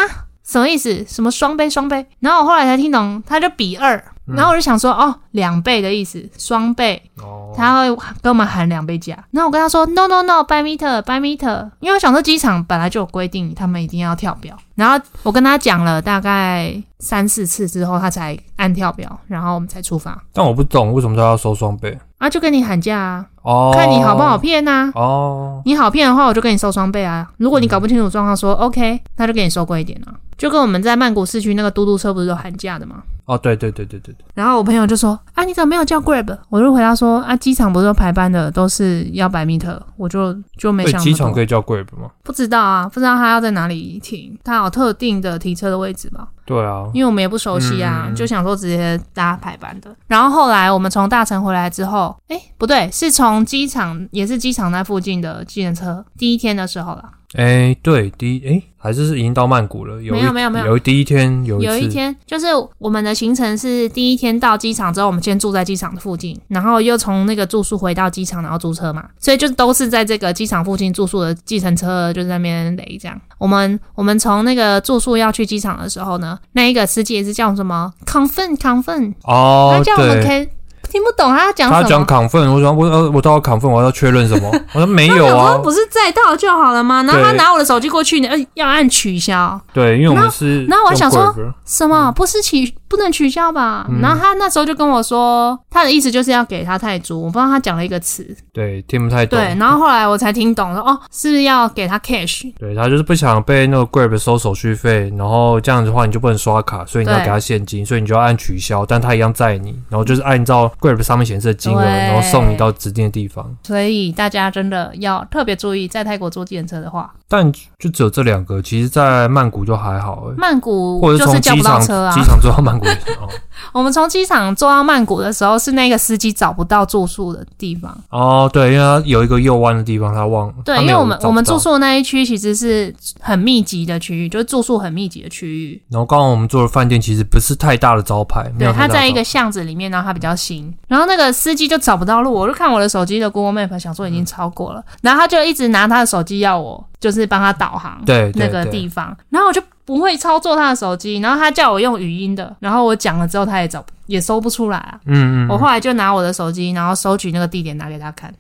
[SPEAKER 1] 什么意思？什么双倍双倍？然后我后来才听懂，他就比二，然后我就想说哦，两倍的意思，双倍，
[SPEAKER 2] 哦，
[SPEAKER 1] 他会跟我们喊两倍价。那我跟他说 no no no by meter by meter，因为我想说机场本来就有规定，他们一定要跳表。然后我跟他讲了大概三四次之后，他才按跳表，然后我们才出发。
[SPEAKER 2] 但我不懂为什么他要收双倍
[SPEAKER 1] 啊，就跟你喊价啊，
[SPEAKER 2] 哦，
[SPEAKER 1] 看你好不好骗呐、啊。
[SPEAKER 2] 哦。
[SPEAKER 1] 你好骗的话，我就跟你收双倍啊。如果你搞不清楚状况说，OK，那就给你收贵一点啊。就跟我们在曼谷市区那个嘟嘟车不是都喊价的吗？
[SPEAKER 2] 哦，对对对对对对，
[SPEAKER 1] 然后我朋友就说：“啊，你怎么没有叫 Grab？” 我就回答说：“啊，机场不是都排班的，都是要百米特，我就就没
[SPEAKER 2] 对，
[SPEAKER 1] 想那么多。
[SPEAKER 2] 机场可以叫 Grab 吗？
[SPEAKER 1] 不知道啊，不知道他要在哪里停，他有特定的停车的位置吧？
[SPEAKER 2] 对啊，
[SPEAKER 1] 因为我们也不熟悉啊，
[SPEAKER 2] 嗯
[SPEAKER 1] 就想说直接搭排班的。然后后来我们从大城回来之后，哎，不对，是从机场，也是机场那附近的计程车，第一天的时候啦。
[SPEAKER 2] 哎，对，第一，哎，还是已经到曼谷了。有一
[SPEAKER 1] 没有没有没有
[SPEAKER 2] 有第一天有
[SPEAKER 1] 有一
[SPEAKER 2] 次
[SPEAKER 1] 天，就是我们的行程是第一天到机场之后，我们先住在机场的附近，然后又从那个住宿回到机场，然后租车嘛，所以就都是在这个机场附近住宿的计程车，就在那边雷这样。我们我们从那个住宿要去机场的时候呢，那一个司机也是叫什么 confirm confirm，
[SPEAKER 2] 哦
[SPEAKER 1] 他，叫我们
[SPEAKER 2] 对，
[SPEAKER 1] K，听不懂他讲
[SPEAKER 2] 他
[SPEAKER 1] 什
[SPEAKER 2] 讲
[SPEAKER 1] 么。
[SPEAKER 2] 亢奋，我想我呃我到亢奋，我要确认什么？我说没
[SPEAKER 1] 他
[SPEAKER 2] 有
[SPEAKER 1] 想
[SPEAKER 2] 啊
[SPEAKER 1] 说，哦不是载到就好了吗？然后他
[SPEAKER 2] 对
[SPEAKER 1] 拿我的手机过去，呃，要按取消。
[SPEAKER 2] 对，因为我们是
[SPEAKER 1] 然后我还
[SPEAKER 2] 用
[SPEAKER 1] 想说
[SPEAKER 2] Grab
[SPEAKER 1] 什么？不是取不能取消吧？
[SPEAKER 2] 嗯
[SPEAKER 1] 然后他那时候就跟我说，他的意思就是要给他泰铢，我不知道他讲了一个词，
[SPEAKER 2] 对，听不太懂
[SPEAKER 1] 对。，然后后来我才听懂了，哦，是要给他 cash，
[SPEAKER 2] 对他就是不想被那个 Grab 收手续费，然后这样子的话你就不能刷卡，所以你要
[SPEAKER 1] 对
[SPEAKER 2] 给他现金，所以你就要按取消，但他一样载你，然后就是按照 Grab 上面显示的金额，
[SPEAKER 1] 对
[SPEAKER 2] 然后送你到指定的地方。
[SPEAKER 1] 所以大家真的要特别注意，在泰国坐计程车的话，
[SPEAKER 2] 但就只有这两个，其实，在曼谷就还好、欸，
[SPEAKER 1] 曼谷
[SPEAKER 2] 或者
[SPEAKER 1] 就是
[SPEAKER 2] 从
[SPEAKER 1] 叫
[SPEAKER 2] 机
[SPEAKER 1] 不到
[SPEAKER 2] 场
[SPEAKER 1] 车啊
[SPEAKER 2] 机。场坐到曼谷也是哦
[SPEAKER 1] 我们从机场坐到曼谷的时候，是那个司机找不到住宿的地方。
[SPEAKER 2] 哦，对，因为它有一个右弯的地方，他忘了。
[SPEAKER 1] 对，
[SPEAKER 2] 他
[SPEAKER 1] 因为
[SPEAKER 2] 没有
[SPEAKER 1] 我们
[SPEAKER 2] 找
[SPEAKER 1] 我们
[SPEAKER 2] 到
[SPEAKER 1] 住，宿的那一区其实是很密集的区域，就是住宿很密集的区域。
[SPEAKER 2] 然后刚刚我们住的饭店其实不是太大的招牌，没
[SPEAKER 1] 对，
[SPEAKER 2] 有
[SPEAKER 1] 他
[SPEAKER 2] 太大的
[SPEAKER 1] 在一
[SPEAKER 2] 招
[SPEAKER 1] 个巷子里面，然后他比较新，然后那个司机就找不到路，我就看我的手机的 Google Map，想说已经
[SPEAKER 2] 嗯
[SPEAKER 1] 超过了，然后他就一直拿他的手机要我，就是帮他导航
[SPEAKER 2] 对对
[SPEAKER 1] 那个
[SPEAKER 2] 对
[SPEAKER 1] 地方，然后我就不会操作他的手机，然后他叫我用语音的，然后我讲了之后他也找不也搜不出来啊，
[SPEAKER 2] 嗯嗯，
[SPEAKER 1] 我后来就拿我的手机，然后收取那个地点拿给他看，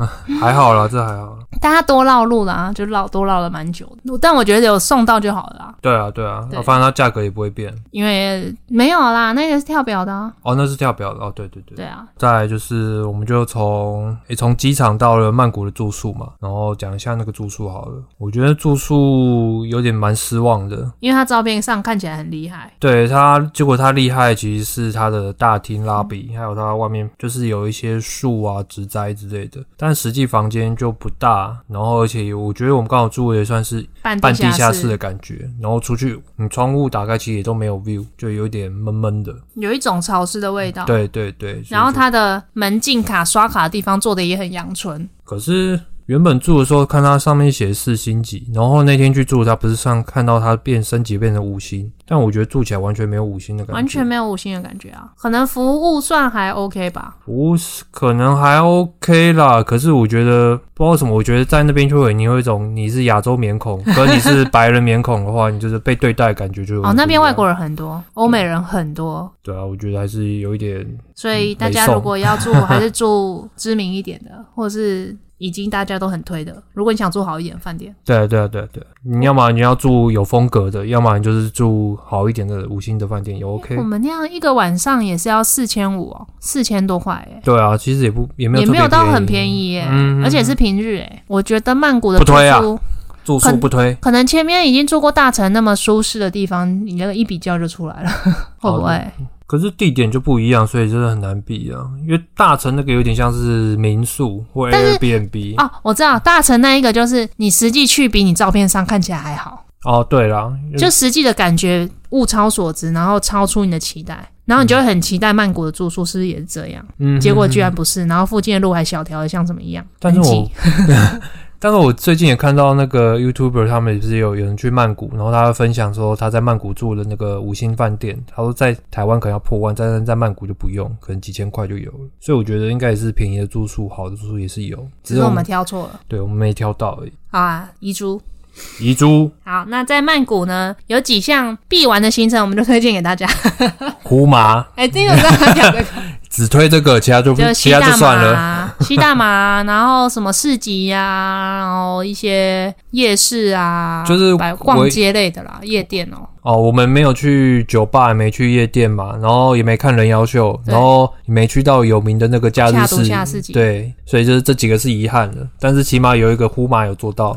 [SPEAKER 1] 啊，
[SPEAKER 2] 还好啦，这还好啦。
[SPEAKER 1] 大家多绕路啦，就绕多绕了蛮久的，但我觉得有送到就好了啦，
[SPEAKER 2] 对啊，对啊，
[SPEAKER 1] 对
[SPEAKER 2] 啊反正它价格也不会变。
[SPEAKER 1] 因为没有啦，那个是跳表的、啊，
[SPEAKER 2] 哦，那是跳表的哦，对对对。
[SPEAKER 1] 对啊，
[SPEAKER 2] 再来就是，我们就从诶从机场到了曼谷的住宿嘛，然后讲一下那个住宿好了。我觉得住宿有点蛮失望的，
[SPEAKER 1] 因为他照片上看起来很厉害，
[SPEAKER 2] 对它，结果它厉害其实是它的大厅拉比，还有它外面就是有一些树啊、植栽之类的，但实际房间就不大，然后而且我觉得我们刚好住的也算是
[SPEAKER 1] 半
[SPEAKER 2] 半
[SPEAKER 1] 地
[SPEAKER 2] 地下室
[SPEAKER 1] 室
[SPEAKER 2] 的感觉，然后出去你窗户打开其实也都没有 view，就有点闷闷的。
[SPEAKER 1] 有一种潮湿的味道。
[SPEAKER 2] 对对对，所以
[SPEAKER 1] 哦然后
[SPEAKER 2] 就
[SPEAKER 1] 它的门禁卡刷卡的地方做的也很阳春，
[SPEAKER 2] 可是原本住的时候看它上面写四星级，然后那天去住它不是上看到它变升级变成五星，但我觉得住起来完全没有五星的感觉，
[SPEAKER 1] 完全没有五星的感觉啊。可能服务算还 OK 吧，
[SPEAKER 2] 不是可能还 OK 啦。可是我觉得不知道为什么，我觉得在那边就会你会有一种你是亚洲 面孔，和你是白人面孔的话，你就是被对待的感觉就有啊
[SPEAKER 1] 哦，
[SPEAKER 2] 点
[SPEAKER 1] 那
[SPEAKER 2] 不
[SPEAKER 1] 边
[SPEAKER 2] 一
[SPEAKER 1] 外
[SPEAKER 2] 样
[SPEAKER 1] 国人很多，欧美人很多，
[SPEAKER 2] 对啊，我觉得还是有一点
[SPEAKER 1] 所以
[SPEAKER 2] 嗯
[SPEAKER 1] 大
[SPEAKER 2] 北
[SPEAKER 1] 家
[SPEAKER 2] 宋
[SPEAKER 1] 如果要住，还是住知名一点
[SPEAKER 2] 嗯
[SPEAKER 1] 的，或是已经大家都很推的。如果你想住好一点的饭店，
[SPEAKER 2] 对啊，对啊，对啊，对啊，你要么
[SPEAKER 1] 嗯
[SPEAKER 2] 你要住有风格的，要么你就是住好一点的五星的饭店也 OK
[SPEAKER 1] 我。们那样一个晚上也是要四千五哦，四千多块哎、
[SPEAKER 2] 对啊，其实也不也没有
[SPEAKER 1] 也没有到很
[SPEAKER 2] 宜，
[SPEAKER 1] 便宜耶、
[SPEAKER 2] 嗯
[SPEAKER 1] 而且是平日哎、我觉得曼谷的
[SPEAKER 2] 不推啊
[SPEAKER 1] 住宿
[SPEAKER 2] 住宿
[SPEAKER 1] 很
[SPEAKER 2] 不推，
[SPEAKER 1] 可能前面已经住过大城那么舒适的地方，你那个一比较就出 来了，会
[SPEAKER 2] 哦
[SPEAKER 1] 不会？
[SPEAKER 2] 可是地点就不一样，所以真的很难比啊。因为大城那个有点像是民宿或
[SPEAKER 1] 但是
[SPEAKER 2] Airbnb
[SPEAKER 1] 哦，我知道大城那一个就是你实际去比你照片上看起来还好，
[SPEAKER 2] 哦，对啦，
[SPEAKER 1] 就实际的感觉物超所值，然后超出你的期待，然后你就会很期待曼谷的住宿是不是也是这样？
[SPEAKER 2] 嗯
[SPEAKER 1] 结果居
[SPEAKER 2] 然。
[SPEAKER 1] 然不是，然后附近的路还小条的像什么一样，
[SPEAKER 2] 但是
[SPEAKER 1] 很
[SPEAKER 2] 我
[SPEAKER 1] 挤，
[SPEAKER 2] 但是我最近也看到那个 YouTuber 他们也是有有人去曼谷，然后他分享说他在曼谷住的那个五星饭店，他说在台湾可能要破万，但是在曼谷就不用，可能几千块就有了。所以我觉得应该也是便宜的住宿，好的住宿也是有，
[SPEAKER 1] 只
[SPEAKER 2] 只是
[SPEAKER 1] 是
[SPEAKER 2] 我
[SPEAKER 1] 我
[SPEAKER 2] 们
[SPEAKER 1] 们挑错了。
[SPEAKER 2] 对我们没挑到而已。
[SPEAKER 1] 好啊，遗珠。
[SPEAKER 2] 遗珠
[SPEAKER 1] 好，那在曼谷呢，有几项必玩的行程，我们就推荐给大家。
[SPEAKER 2] 胡麻
[SPEAKER 1] 哎、真有跟他讲的
[SPEAKER 2] 只推这个，其他就不
[SPEAKER 1] 就
[SPEAKER 2] 其
[SPEAKER 1] 吸
[SPEAKER 2] 他就
[SPEAKER 1] 大
[SPEAKER 2] 算了。
[SPEAKER 1] 麻、吸大麻， 然后什么市集呀、然后一些夜市啊，
[SPEAKER 2] 就是
[SPEAKER 1] 百逛街类的啦，夜店哦、
[SPEAKER 2] 哦，我们没有去酒吧，也没去夜店嘛，然后也没看人妖秀，
[SPEAKER 1] 对
[SPEAKER 2] 然后也没去到有名的那个假日
[SPEAKER 1] 恰
[SPEAKER 2] 市，
[SPEAKER 1] 毒夏市集
[SPEAKER 2] 对，所以就是这几个是遗憾的，但是起码有一个呼马有 做到，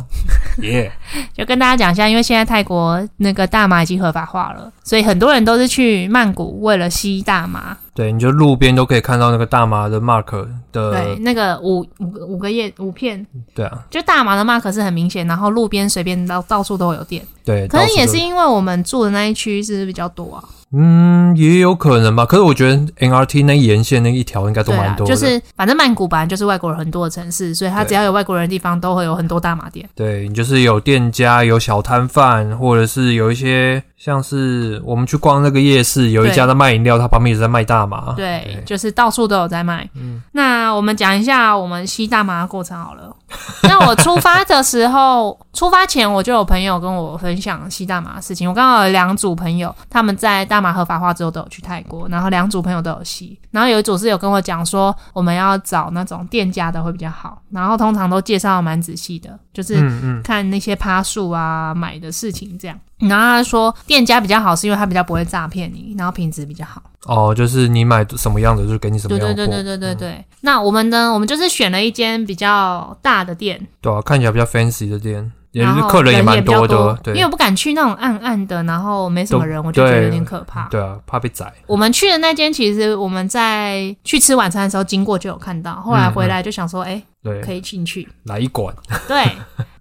[SPEAKER 2] 耶、
[SPEAKER 1] 就跟大家讲一下，因为现在泰国那个大麻已经合法化了，所以很多人都是去曼谷为了吸大麻。
[SPEAKER 2] 对，你就路边都可以看到那个大麻的 mark
[SPEAKER 1] 对
[SPEAKER 2] 的，，
[SPEAKER 1] 那个五五个五个叶五片，
[SPEAKER 2] 对啊，
[SPEAKER 1] 就大麻的 mark 是很明显，然后路边随便到到处都有店。
[SPEAKER 2] 对，
[SPEAKER 1] 可
[SPEAKER 2] 到
[SPEAKER 1] 能
[SPEAKER 2] 处
[SPEAKER 1] 也
[SPEAKER 2] 都
[SPEAKER 1] 是，因为我们住的那一区是不是比较多啊，
[SPEAKER 2] 嗯，也有可能吧。可是我觉得 NRT 那沿线那一条应该都
[SPEAKER 1] 对
[SPEAKER 2] 蛮
[SPEAKER 1] 啊，
[SPEAKER 2] 多的，
[SPEAKER 1] 就是反正曼谷本来就是外国人很多的城市，所以它
[SPEAKER 2] 对
[SPEAKER 1] 只要有外国人的地方，都会有很多大麻店。
[SPEAKER 2] 对，你就是有店家、有小摊贩，或者是有一些像是我们去逛那个夜市，有一
[SPEAKER 1] 对
[SPEAKER 2] 家在卖饮料，它旁边也在卖大麻。
[SPEAKER 1] 对，就是到处都有在卖。
[SPEAKER 2] 嗯
[SPEAKER 1] 那我们讲一下我们吸大麻的过程好 了。那我出发的时候，出发前我就有朋友跟我分享吸大麻的事情。我刚好有两组朋友，他们在大麻合法化之后都有去泰国，然后两组朋友都有吸。然后有一组是有跟我讲说，我们要找那种店家的会比较好，然后通常都介绍得蛮仔细的，就是
[SPEAKER 2] 嗯嗯，
[SPEAKER 1] 看那些趴数啊、买的事情这样。然后他说店家比较好，是因为他比较不会诈骗你，然后品质比较好。
[SPEAKER 2] 哦，就是你买什么样的就给你什么
[SPEAKER 1] 对
[SPEAKER 2] 样的嗯
[SPEAKER 1] 对
[SPEAKER 2] 货，
[SPEAKER 1] 对对对对对。那我们呢？我们就是选了一间比较大的店，
[SPEAKER 2] 对啊，看起来比较 fancy 的店，也
[SPEAKER 1] 然
[SPEAKER 2] 是
[SPEAKER 1] 后
[SPEAKER 2] 客人
[SPEAKER 1] 也
[SPEAKER 2] 蛮
[SPEAKER 1] 比较
[SPEAKER 2] 多
[SPEAKER 1] 多
[SPEAKER 2] 的，哦
[SPEAKER 1] 因为
[SPEAKER 2] 对
[SPEAKER 1] 我不敢去那种暗暗的，然后没什么人，我就
[SPEAKER 2] 对
[SPEAKER 1] 觉得有点可怕。
[SPEAKER 2] 对啊，怕被宰。
[SPEAKER 1] 我们去的那间，其实我们在去吃晚餐的时候经过就有看到，后来回来就想说，哎、
[SPEAKER 2] 对，
[SPEAKER 1] 可以进去。
[SPEAKER 2] 来一管，
[SPEAKER 1] 对，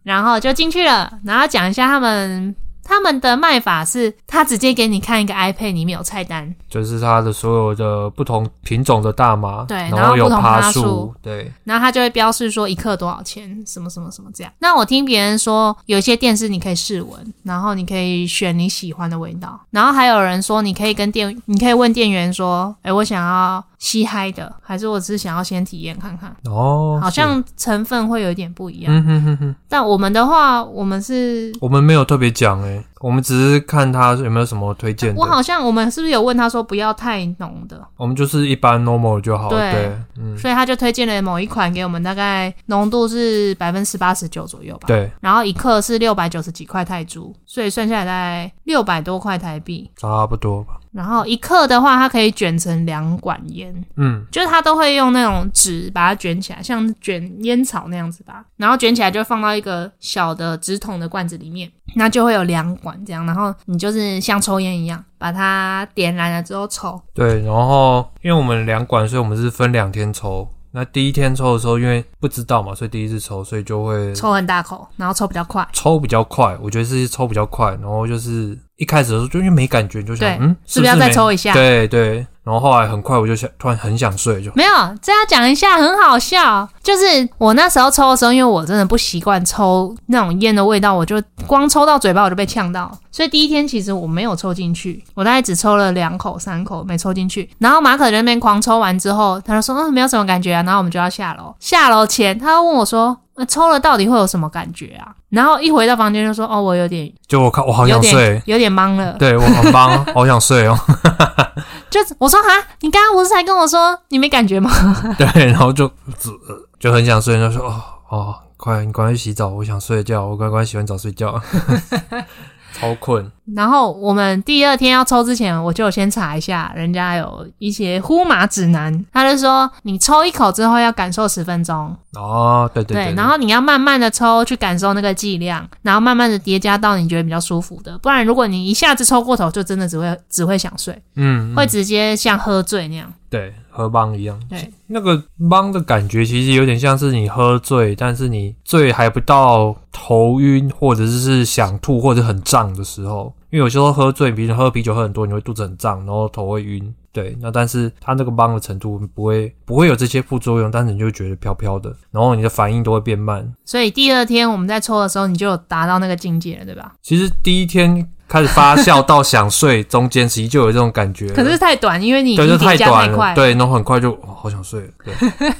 [SPEAKER 1] 然后就进去了，然后讲一下他们他们的卖法是，他直接给你看一个 iPad 里面有菜单，
[SPEAKER 2] 就是它的所有的不同品种的大麻，
[SPEAKER 1] 对然
[SPEAKER 2] 然
[SPEAKER 1] 后
[SPEAKER 2] 有
[SPEAKER 1] 不同
[SPEAKER 2] 趴
[SPEAKER 1] 趴数
[SPEAKER 2] 数，对，
[SPEAKER 1] 然后他就会标示说一克多少钱，什么什么什么这样。那我听别人说，有些店是你可以试闻，然后你可以选你喜欢的味道，然后还有人说你可以跟店，你可以问店员说，哎，我想要吸嗨的，还是我只是想要先体验看看。
[SPEAKER 2] 哦，
[SPEAKER 1] 好
[SPEAKER 2] 是
[SPEAKER 1] 像成
[SPEAKER 2] 嗯
[SPEAKER 1] 分会有一点不一样，
[SPEAKER 2] 嗯哼哼哼，
[SPEAKER 1] 但我们的话，我们是
[SPEAKER 2] 我们没有特别讲诶、欸我们只是看他有没有什么推荐的
[SPEAKER 1] 我。好像我们是不是有问他说不要太浓的，
[SPEAKER 2] 我们就是一般 normal 就好。
[SPEAKER 1] 对
[SPEAKER 2] 对，嗯，
[SPEAKER 1] 所以他就推荐了某一款给我们，大概浓度是百分之八十九左右吧。
[SPEAKER 2] 对，
[SPEAKER 1] 然后一克是六百九十几块泰铢，所以算下来大概六百多块台币。
[SPEAKER 2] 差不多吧。
[SPEAKER 1] 然后一克的话，它可以卷成两管烟，
[SPEAKER 2] 嗯，
[SPEAKER 1] 就是它都会用那种纸把它卷起来，像卷烟草那样子吧。然后卷起来就放到一个小的直筒的罐子里面，那就会有两管这样。然后你就是像抽烟一样，把它点燃了之后抽。
[SPEAKER 2] 对。然后因为我们两管，所以我们是分两天抽。那第一天抽的时候，因为不知道嘛，所以第一次抽，所以就会
[SPEAKER 1] 抽很大口，然后抽比较快。
[SPEAKER 2] 抽比较快，我觉得是抽比较快，然后就是一开始的时候就因为没感觉，就想
[SPEAKER 1] 对
[SPEAKER 2] 嗯，
[SPEAKER 1] 是不
[SPEAKER 2] 不
[SPEAKER 1] 是要再
[SPEAKER 2] 没
[SPEAKER 1] 抽一下
[SPEAKER 2] 对对，然后后来很快我就想，突然很想睡，就
[SPEAKER 1] 没有，这要讲一下，很好笑。就是我那时候抽的时候，因为我真的不习惯抽那种烟的味道，我就光抽到嘴巴我就被呛到，所以第一天其实我没有抽进去，我大概只抽了两口、三口，没抽进去。然后马可在那边狂抽完之后，他就说：“嗯，没有什么感觉啊。”然后我们就要下楼，下楼前他问我说。呃抽了到底会有什么感觉啊？然后一回到房间就说：“哦，我有点，
[SPEAKER 2] 就我靠，我好
[SPEAKER 1] 有
[SPEAKER 2] 想
[SPEAKER 1] 点
[SPEAKER 2] 睡，，
[SPEAKER 1] 有点懵了。”
[SPEAKER 2] 对我很 棒，好想睡哦，
[SPEAKER 1] 就是我说：“哈，你刚刚不是才跟我说你没感觉吗？”
[SPEAKER 2] 对，然后就就就很想睡，然后说哦哦，快你赶快去洗澡，我想睡觉，我赶快洗完澡睡觉， 超困，
[SPEAKER 1] 然后我们第二天要抽之前，我就有先查一下，人家有一些呼麻指南，他就说你抽一口之后要感受十分钟，
[SPEAKER 2] 哦，对对
[SPEAKER 1] 然后你要慢慢的抽去感受那个剂量，然后慢慢的叠加到你觉得比较舒服的，不然如果你一下子抽过头，就真的只会只会想睡，
[SPEAKER 2] 嗯，嗯
[SPEAKER 1] 会直接像喝醉那样。
[SPEAKER 2] 对，和邦一样。
[SPEAKER 1] 对，
[SPEAKER 2] 那个帮的感觉其实有点像是你喝醉，但是你醉还不到头晕或者是想吐或者很胀的时候，因为有时候喝醉，比如喝啤酒喝很多，你会肚子很胀，然后头会晕。对，那但是它那个帮的程度不会不会有这些副作用，但是你就觉得飘飘的，然后你的反应都会变慢。
[SPEAKER 1] 所以第二天我们在抽的时候，你就有达到那个境界了，对吧？
[SPEAKER 2] 其实第一天开始发酵到想睡，中间其实就有这种感觉了。
[SPEAKER 1] 可是太短，因为你
[SPEAKER 2] 对，就
[SPEAKER 1] 你叠
[SPEAKER 2] 太
[SPEAKER 1] 加
[SPEAKER 2] 短
[SPEAKER 1] 快
[SPEAKER 2] 了，。对，然后很快就、哦好想睡了。对，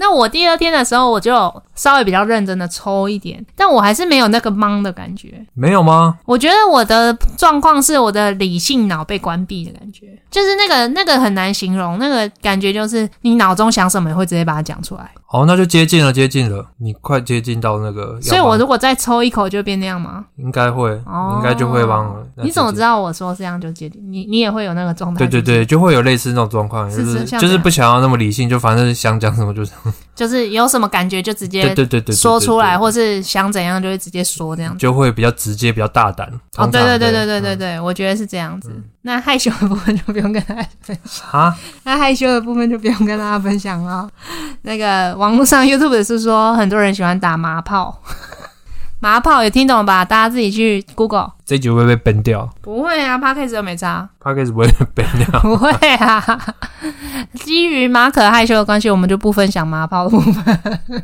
[SPEAKER 1] 那我第二天的时候，我就稍微比较认真的抽一点，但我还是没有那个懵的感觉。
[SPEAKER 2] 没有吗？
[SPEAKER 1] 我觉得我的状况是我的理性脑被关闭的感觉，就是那个那个很难形容，那个感觉就是你脑中想什么，你会直接把它讲出来。
[SPEAKER 2] 好，哦那就接近了，接近了，你快接近到那个，
[SPEAKER 1] 所以我如果再抽一口，就变那样吗？
[SPEAKER 2] 应该会，
[SPEAKER 1] 哦
[SPEAKER 2] 你应该就会忘了。
[SPEAKER 1] 你怎么知
[SPEAKER 2] 道？
[SPEAKER 1] 道我说这样就接近？你你也会有那个状态？
[SPEAKER 2] 对对
[SPEAKER 1] 是不是，
[SPEAKER 2] 对，就会有类似那种状况，就是是
[SPEAKER 1] 是像
[SPEAKER 2] 就是
[SPEAKER 1] 这样
[SPEAKER 2] 不想要那么理性，就反正想讲什么就是，
[SPEAKER 1] 就是有什么感觉就直
[SPEAKER 2] 对对
[SPEAKER 1] 接
[SPEAKER 2] 对对对，
[SPEAKER 1] 说
[SPEAKER 2] 对
[SPEAKER 1] 出来，，
[SPEAKER 2] 对
[SPEAKER 1] 或是想怎样就会直接说这样
[SPEAKER 2] 对
[SPEAKER 1] 子。
[SPEAKER 2] 就会比较直接，比较大胆。
[SPEAKER 1] 哦，
[SPEAKER 2] 通
[SPEAKER 1] 对对对
[SPEAKER 2] 常
[SPEAKER 1] 对
[SPEAKER 2] 对嗯
[SPEAKER 1] 对对对，我觉得是这样子。那害羞的部分就不用跟大家分享。
[SPEAKER 2] 啊，
[SPEAKER 1] 那害羞的部分就不用跟大家分享了。那个网络上 YouTube 是说很多人喜欢打麻炮，麻炮有听懂吧？大家自己去 Google。
[SPEAKER 2] 这一集会不会被 ban 掉
[SPEAKER 1] 不会啊 p a c k a g e 又没 差，
[SPEAKER 2] p a c k a g e 不会被 ban 掉。
[SPEAKER 1] 不会啊。基于马可害羞的关系，我们就不分享麻炮的部分。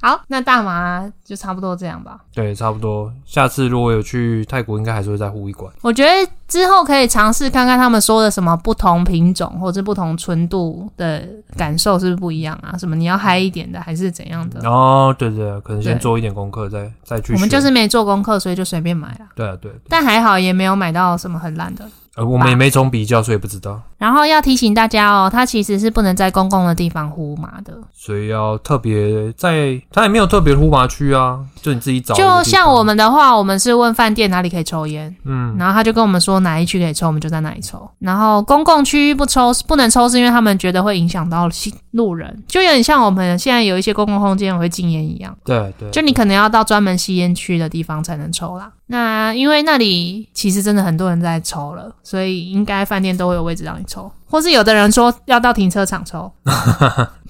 [SPEAKER 1] 好，那大麻就差不多这样吧。
[SPEAKER 2] 对，差不多。下次如果有去泰国，应该还是会再呼一管。
[SPEAKER 1] 我觉得之后可以尝试看看他们说的什么不同品种或者不同纯度的感受是不是不一样啊？什么你要嗨一点的还是怎样的？
[SPEAKER 2] 哦，对对，可能先
[SPEAKER 1] 对
[SPEAKER 2] 做一点功课，再再去选。
[SPEAKER 1] 我们就是没做功课，所以就随便买了。
[SPEAKER 2] 对啊对，
[SPEAKER 1] 但还好也没有买到什么很烂的。
[SPEAKER 2] 呃，我们也没从比较，所以不知道，
[SPEAKER 1] 然后要提醒大家哦，它其实是不能在公共的地方呼麻的，
[SPEAKER 2] 所以要特别在，它也没有特别呼麻区啊，就你自己找。
[SPEAKER 1] 就像我，们的话，我们是问饭店哪里可以抽烟，
[SPEAKER 2] 嗯，
[SPEAKER 1] 然后他就跟我们说哪一区可以抽，我们就在哪里抽。然后公共区域不抽，不能抽是因为他们觉得会影响到行路人，就有点像我们现在有一些公共空间会禁烟一样。
[SPEAKER 2] 对对，
[SPEAKER 1] 就你可能要到专门吸烟区的地方才能抽啦。那因为那里其实真的很多人在抽了，所以应该饭店都会有位置让你抽，或是有的人说要到停车场 抽，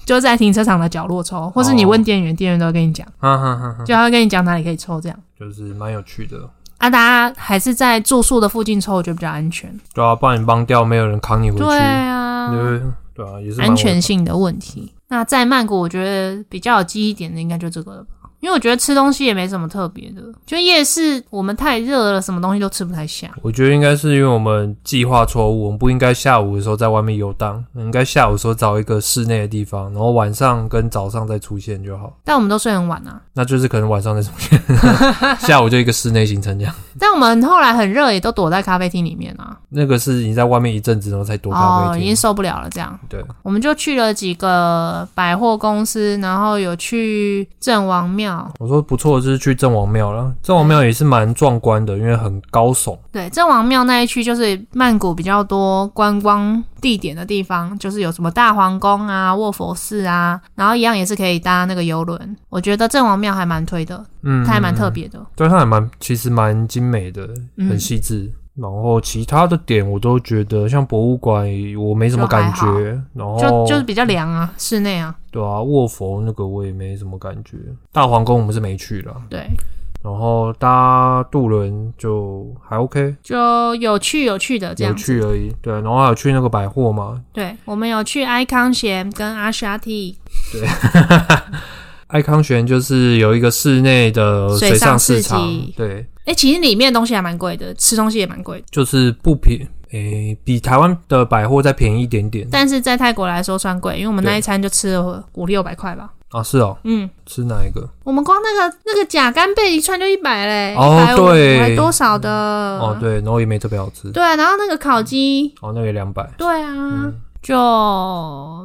[SPEAKER 1] 就在停车场的角落抽，或是你问店员，店员都会跟你讲，
[SPEAKER 2] 哈哈哈哈，
[SPEAKER 1] 就他会跟你讲哪里可以抽这样。
[SPEAKER 2] 就是蛮有趣的。
[SPEAKER 1] 啊，大家还是在住宿的附近抽，我觉得比较安全。
[SPEAKER 2] 对啊，不然你帮掉，没有人扛你回去，
[SPEAKER 1] 对啊，
[SPEAKER 2] 对对啊，也是蛮
[SPEAKER 1] 安全性的问题。那在曼谷，我觉得比较有记忆点的应该就这个了吧。因为我觉得吃东西也没什么特别的，就夜市我们太热了，什么东西都吃不太下。
[SPEAKER 2] 我觉得应该是因为我们计划错误，我们不应该下午的时候在外面游荡，应该下午的时候找一个室内的地方，然后晚上跟早上再出现就好。
[SPEAKER 1] 但我们都睡很晚啊，
[SPEAKER 2] 那就是可能晚上再出现， 下午就一个室内行程这样。
[SPEAKER 1] 但我们后来很热，也都躲在咖啡厅里面啊。
[SPEAKER 2] 那个是你在外面一阵子，然后才躲咖
[SPEAKER 1] 哦，
[SPEAKER 2] 啡
[SPEAKER 1] 已
[SPEAKER 2] 厅。
[SPEAKER 1] 经受不了了，这样。
[SPEAKER 2] 对，
[SPEAKER 1] 我们就去了几个百货公司，然后有去郑王庙。
[SPEAKER 2] 我说不错，就是去郑王庙了。郑王庙也是蛮壮观的，因为很高耸。
[SPEAKER 1] 对，郑王庙那一区就是曼谷比较多观光地点的地方，就是有什么大皇宫啊、卧佛寺啊，然后一样也是可以搭那个游轮。我觉得郑王庙还蛮推的，
[SPEAKER 2] 嗯，
[SPEAKER 1] 它还蛮特别的。
[SPEAKER 2] 对，它还蛮其实蛮精美的，
[SPEAKER 1] 嗯
[SPEAKER 2] 很细致。然后其他的点我都觉得，像博物馆我没什么感
[SPEAKER 1] 就还
[SPEAKER 2] 觉，然后
[SPEAKER 1] 就就是比较凉啊，室内啊，
[SPEAKER 2] 对啊，卧佛那个我也没什么感觉。大皇宫我们是没去啦，
[SPEAKER 1] 对，
[SPEAKER 2] 然后搭渡轮就还 OK，
[SPEAKER 1] 就有趣有趣的这
[SPEAKER 2] 有
[SPEAKER 1] 样。
[SPEAKER 2] 趣而已。对，然后还有去那个百货嘛，
[SPEAKER 1] 对，我们有去 icon 贤跟阿莎 T
[SPEAKER 2] 爱康轩就是有一个室内的
[SPEAKER 1] 水
[SPEAKER 2] 水上
[SPEAKER 1] 上市
[SPEAKER 2] 市场
[SPEAKER 1] 集，
[SPEAKER 2] 对，
[SPEAKER 1] 哎、其实里面的东西还蛮贵的，吃东西也蛮贵的，
[SPEAKER 2] 就是不便，诶、比台湾的百货再便宜一点点
[SPEAKER 1] 但是在泰国来说算贵，因为我们那
[SPEAKER 2] 对
[SPEAKER 1] 一餐就吃了五六百块吧。
[SPEAKER 2] 啊。是哦，
[SPEAKER 1] 嗯，
[SPEAKER 2] 吃哪一个？
[SPEAKER 1] 我们光那个那个假干贝一串就一百嘞，
[SPEAKER 2] 哦
[SPEAKER 1] 150
[SPEAKER 2] 对
[SPEAKER 1] 还多少的？
[SPEAKER 2] 哦，对，然后也没特别好吃，
[SPEAKER 1] 嗯对啊，然后那个烤鸡，
[SPEAKER 2] 哦，那个两百，
[SPEAKER 1] 对啊，就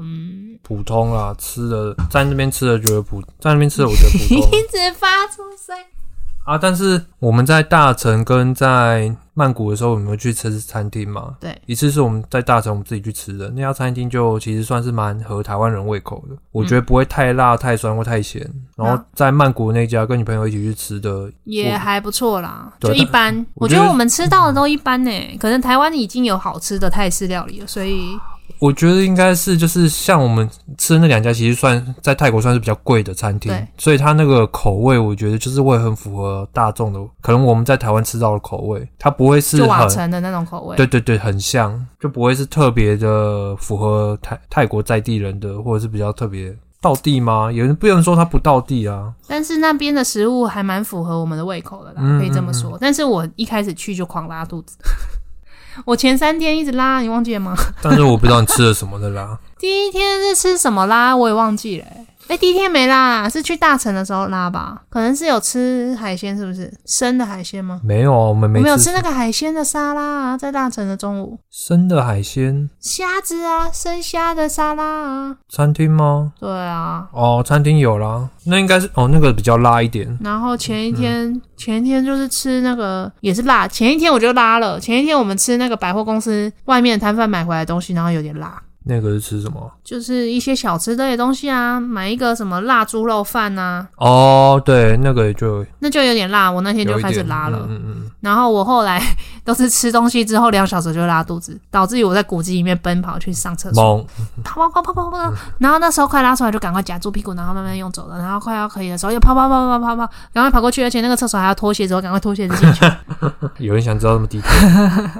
[SPEAKER 1] 嗯，
[SPEAKER 2] 普通啦，吃的在那边吃的觉得普，在那边吃的我觉得普 通
[SPEAKER 1] 一直发出声。
[SPEAKER 2] 啊。但是我们在大城跟在曼谷的时候，我们有去吃餐厅嘛？
[SPEAKER 1] 对，
[SPEAKER 2] 一次是我们在大城我们自己去吃的，那家餐厅就其实算是蛮合台湾人胃口的，我觉得
[SPEAKER 1] 嗯
[SPEAKER 2] 不会太辣、太酸或太咸。然后
[SPEAKER 1] 啊
[SPEAKER 2] 在曼谷那家跟你朋友一起去吃的，
[SPEAKER 1] 也
[SPEAKER 2] 我
[SPEAKER 1] 还不错啦，
[SPEAKER 2] 对
[SPEAKER 1] 就一般。
[SPEAKER 2] 我
[SPEAKER 1] 我
[SPEAKER 2] 觉
[SPEAKER 1] 觉
[SPEAKER 2] 得
[SPEAKER 1] 得我们吃到的都一般呢、可能台湾已经有好吃的泰式料理了，所以
[SPEAKER 2] 我觉得应该是就是像我们吃的那两家，其实算在泰国算是比较贵的餐厅
[SPEAKER 1] 对，
[SPEAKER 2] 所以它那个口味，我觉得就是会很符合大众的，可能我们在台湾吃到的口味，它不会是
[SPEAKER 1] 就瓦
[SPEAKER 2] 很。
[SPEAKER 1] 城的那种口味。
[SPEAKER 2] 对对对，很像，就不会是特别的符合泰泰国在地人的，或者是比较特别道地吗？有人不能说它不道地 啊，
[SPEAKER 1] 但是那边的食物还蛮符合我们的胃口的啦，
[SPEAKER 2] 嗯
[SPEAKER 1] 可以这么说。但是我一开始去就狂拉肚子， 我前三天一直拉，你忘记了吗？
[SPEAKER 2] 但是我不知道你吃了什么 的啦。
[SPEAKER 1] 第一天是吃什么拉，我也忘记了、欸。哎、第一天没拉啦，是去大城的时候拉吧？可能是有吃海鲜，是不是生的海鲜吗？
[SPEAKER 2] 没有啊，我们
[SPEAKER 1] 我
[SPEAKER 2] 没
[SPEAKER 1] 们有
[SPEAKER 2] 吃
[SPEAKER 1] 吃那个海鲜的沙拉啊，在大城的中午，
[SPEAKER 2] 生的海鲜
[SPEAKER 1] 虾子啊，生虾的沙拉啊，
[SPEAKER 2] 餐厅吗？
[SPEAKER 1] 对啊。
[SPEAKER 2] 哦，餐厅有啦，那应该是哦，那个比较辣一点。
[SPEAKER 1] 然后前一天，
[SPEAKER 2] 嗯
[SPEAKER 1] 前一天就是吃那个也是辣，前一天我就拉了。前一天我们吃那个百货公司外面摊贩买回来的东西，然后有点辣，
[SPEAKER 2] 那个是吃什么？
[SPEAKER 1] 就是一些小吃类的东西啊，买一个什么辣猪肉饭啊，
[SPEAKER 2] 哦，对，那个也就
[SPEAKER 1] 那就有点辣。我那天
[SPEAKER 2] 有
[SPEAKER 1] 就
[SPEAKER 2] 一
[SPEAKER 1] 开始
[SPEAKER 2] 点
[SPEAKER 1] 拉了，
[SPEAKER 2] 嗯嗯嗯，
[SPEAKER 1] 然后我后来都是吃东西之后两小时就拉肚子，导致于我在古迹里面奔跑去上厕所，
[SPEAKER 2] 嗯猛
[SPEAKER 1] 跑跑跑跑跑跑跑，然后那时候快拉出来就赶快夹住屁股，然后慢慢用走了，然后快要可以的时候又跑跑跑跑跑跑跑，赶快跑过去，而且那个厕所还要脱鞋子，我赶快脱鞋子进去。
[SPEAKER 2] 有人想知道这么 detail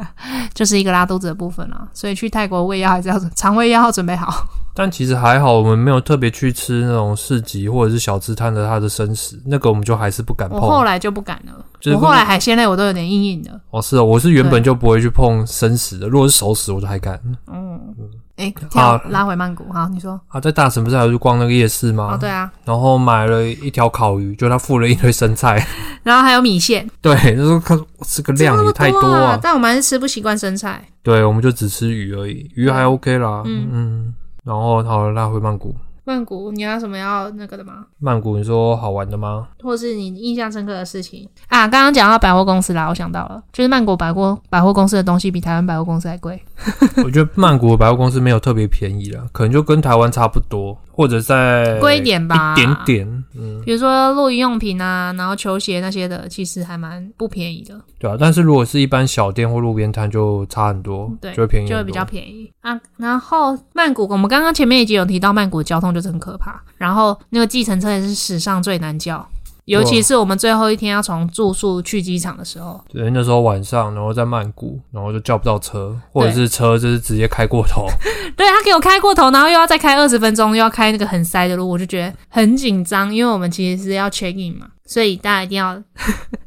[SPEAKER 1] 就是一个拉肚子的部分啦，所以去泰国胃药还是要准肠胃药要准备好。
[SPEAKER 2] 但其实还好，我们没有特别去吃那种市集或者是小吃摊的它的生食，那个我们就还是不敢
[SPEAKER 1] 我后
[SPEAKER 2] 碰。
[SPEAKER 1] 来就不敢了，
[SPEAKER 2] 就是
[SPEAKER 1] 我后来海鲜类我都有点硬硬的。
[SPEAKER 2] 哦，是哦，我是原本就不会去碰生食的，如果是熟食我就还敢。
[SPEAKER 1] 嗯，哎、跳
[SPEAKER 2] 啊
[SPEAKER 1] 拉回曼谷哈，你说
[SPEAKER 2] 啊，在大城不是还有去逛那个夜市吗？
[SPEAKER 1] 哦对啊，
[SPEAKER 2] 然后买了一条烤鱼，就他付了一堆生菜，
[SPEAKER 1] 然后还有米线，
[SPEAKER 2] 对，就是看这个量也太
[SPEAKER 1] 这么
[SPEAKER 2] 多
[SPEAKER 1] 啊
[SPEAKER 2] 啊，。
[SPEAKER 1] 但我们还是吃不习惯生菜。
[SPEAKER 2] 对，我们就只吃鱼而已，鱼还 OK 啦。嗯
[SPEAKER 1] 嗯
[SPEAKER 2] 嗯，然后好了，拉回曼谷。
[SPEAKER 1] 曼谷，你还有什么要那个的吗？
[SPEAKER 2] 曼谷，你说好玩的吗？
[SPEAKER 1] 或是你印象深刻的事情啊？刚刚讲到百货公司啦，我想到了，就是曼谷百货百货公司的东西比台湾百货公司还贵。
[SPEAKER 2] 我觉得曼谷的百货公司没有特别便宜啦，可 能就跟台湾差不多，或者在
[SPEAKER 1] 贵一点吧
[SPEAKER 2] 一点点，嗯，
[SPEAKER 1] 比如说露营用品啊，然后球鞋那些的，其实还蛮不便宜的。
[SPEAKER 2] 对啊。但是如果是一般小店或路边摊，就差很多，
[SPEAKER 1] 对
[SPEAKER 2] 就会便宜很
[SPEAKER 1] 就
[SPEAKER 2] 多，
[SPEAKER 1] 会比较便宜啊。然后曼谷，我们刚刚前面已经有提到，曼谷的交通就是很可怕，然后那个计程车也是史上最难叫。尤其是我们最后一天要从住宿去机场的时候，
[SPEAKER 2] 对，那时候晚上，然后在曼谷，然后就叫不到车，或者
[SPEAKER 1] 对
[SPEAKER 2] 是车就是直接开过头，
[SPEAKER 1] 对他给我开过头，然后又要再开二十分钟，又要开那个很塞的路，我就觉得很紧张，因为我们其实是要 check in 嘛，所以大家一定要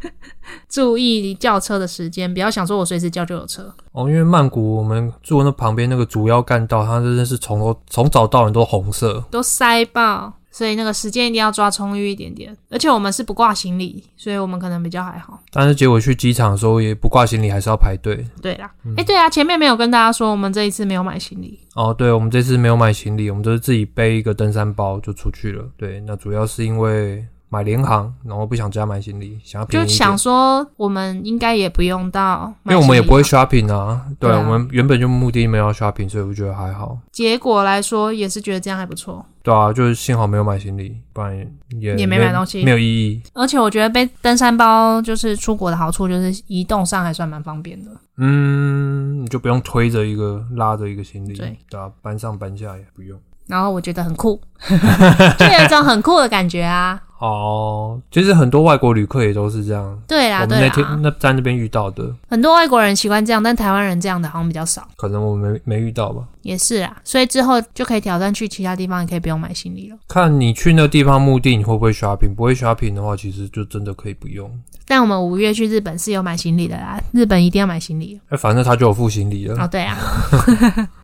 [SPEAKER 1] 注意叫车的时间，不要想说我随时叫就有车。
[SPEAKER 2] 哦，因为曼谷我们住那旁边那个主要干道，它真的是从头从早到晚都红色。
[SPEAKER 1] 都塞爆，所以那个时间一定要抓充裕一点点。而且我们是不挂行李，所以我们可能比较还好。
[SPEAKER 2] 但是结果去机场的时候也不挂行李，还是要排队。
[SPEAKER 1] 对啦，
[SPEAKER 2] 嗯
[SPEAKER 1] 哎、对啊，前面没有跟大家说，我们这一次没有买行李。
[SPEAKER 2] 哦，对，我们这次没有买行李，我们都是自己背一个登山包就出去了。对，那主要是因为买联航，然后不想加买行李，想要便
[SPEAKER 1] 就
[SPEAKER 2] 宜一点。
[SPEAKER 1] 想说，我们应该也不用到
[SPEAKER 2] 因
[SPEAKER 1] 买行李啊，
[SPEAKER 2] 为我们也不会 shopping 啊，对，
[SPEAKER 1] 对啊
[SPEAKER 2] 我们原本就目的没有要 shopping，所以我觉得还好。
[SPEAKER 1] 结果来说，也是觉得这样还不错。
[SPEAKER 2] 对啊，就是幸好没有买行李，不然也
[SPEAKER 1] 也没买东西
[SPEAKER 2] 没有意义。
[SPEAKER 1] 而且我觉得背登山包就是出国的好处，就是移动上还算蛮方便的。
[SPEAKER 2] 嗯，你就不用推着一个拉着一个行李，
[SPEAKER 1] 对，
[SPEAKER 2] 啊，搬上搬下也不用。
[SPEAKER 1] 然后我觉得很 酷，就有一种很酷的感觉啊！
[SPEAKER 2] 哦，其实很多外国旅客也都是这样，
[SPEAKER 1] 对啦，
[SPEAKER 2] 我们那
[SPEAKER 1] 啊对
[SPEAKER 2] 天
[SPEAKER 1] 啦，
[SPEAKER 2] 那在那边遇到的，
[SPEAKER 1] 很多外国人喜欢这样，但台湾人这样的好像比较少。
[SPEAKER 2] 可能我没没遇到吧。
[SPEAKER 1] 也是啊，所以之后就可以挑战去其他地方，也可以不用买行李了。
[SPEAKER 2] 看你去那地方目的，你会不会 shopping？不会 shopping 的话，其实就真的可以不用。
[SPEAKER 1] 但我们五月去日本是有买行李的啦，日本一定要买行李
[SPEAKER 2] 哎、反正他就有付行李了。
[SPEAKER 1] 哦。对啊，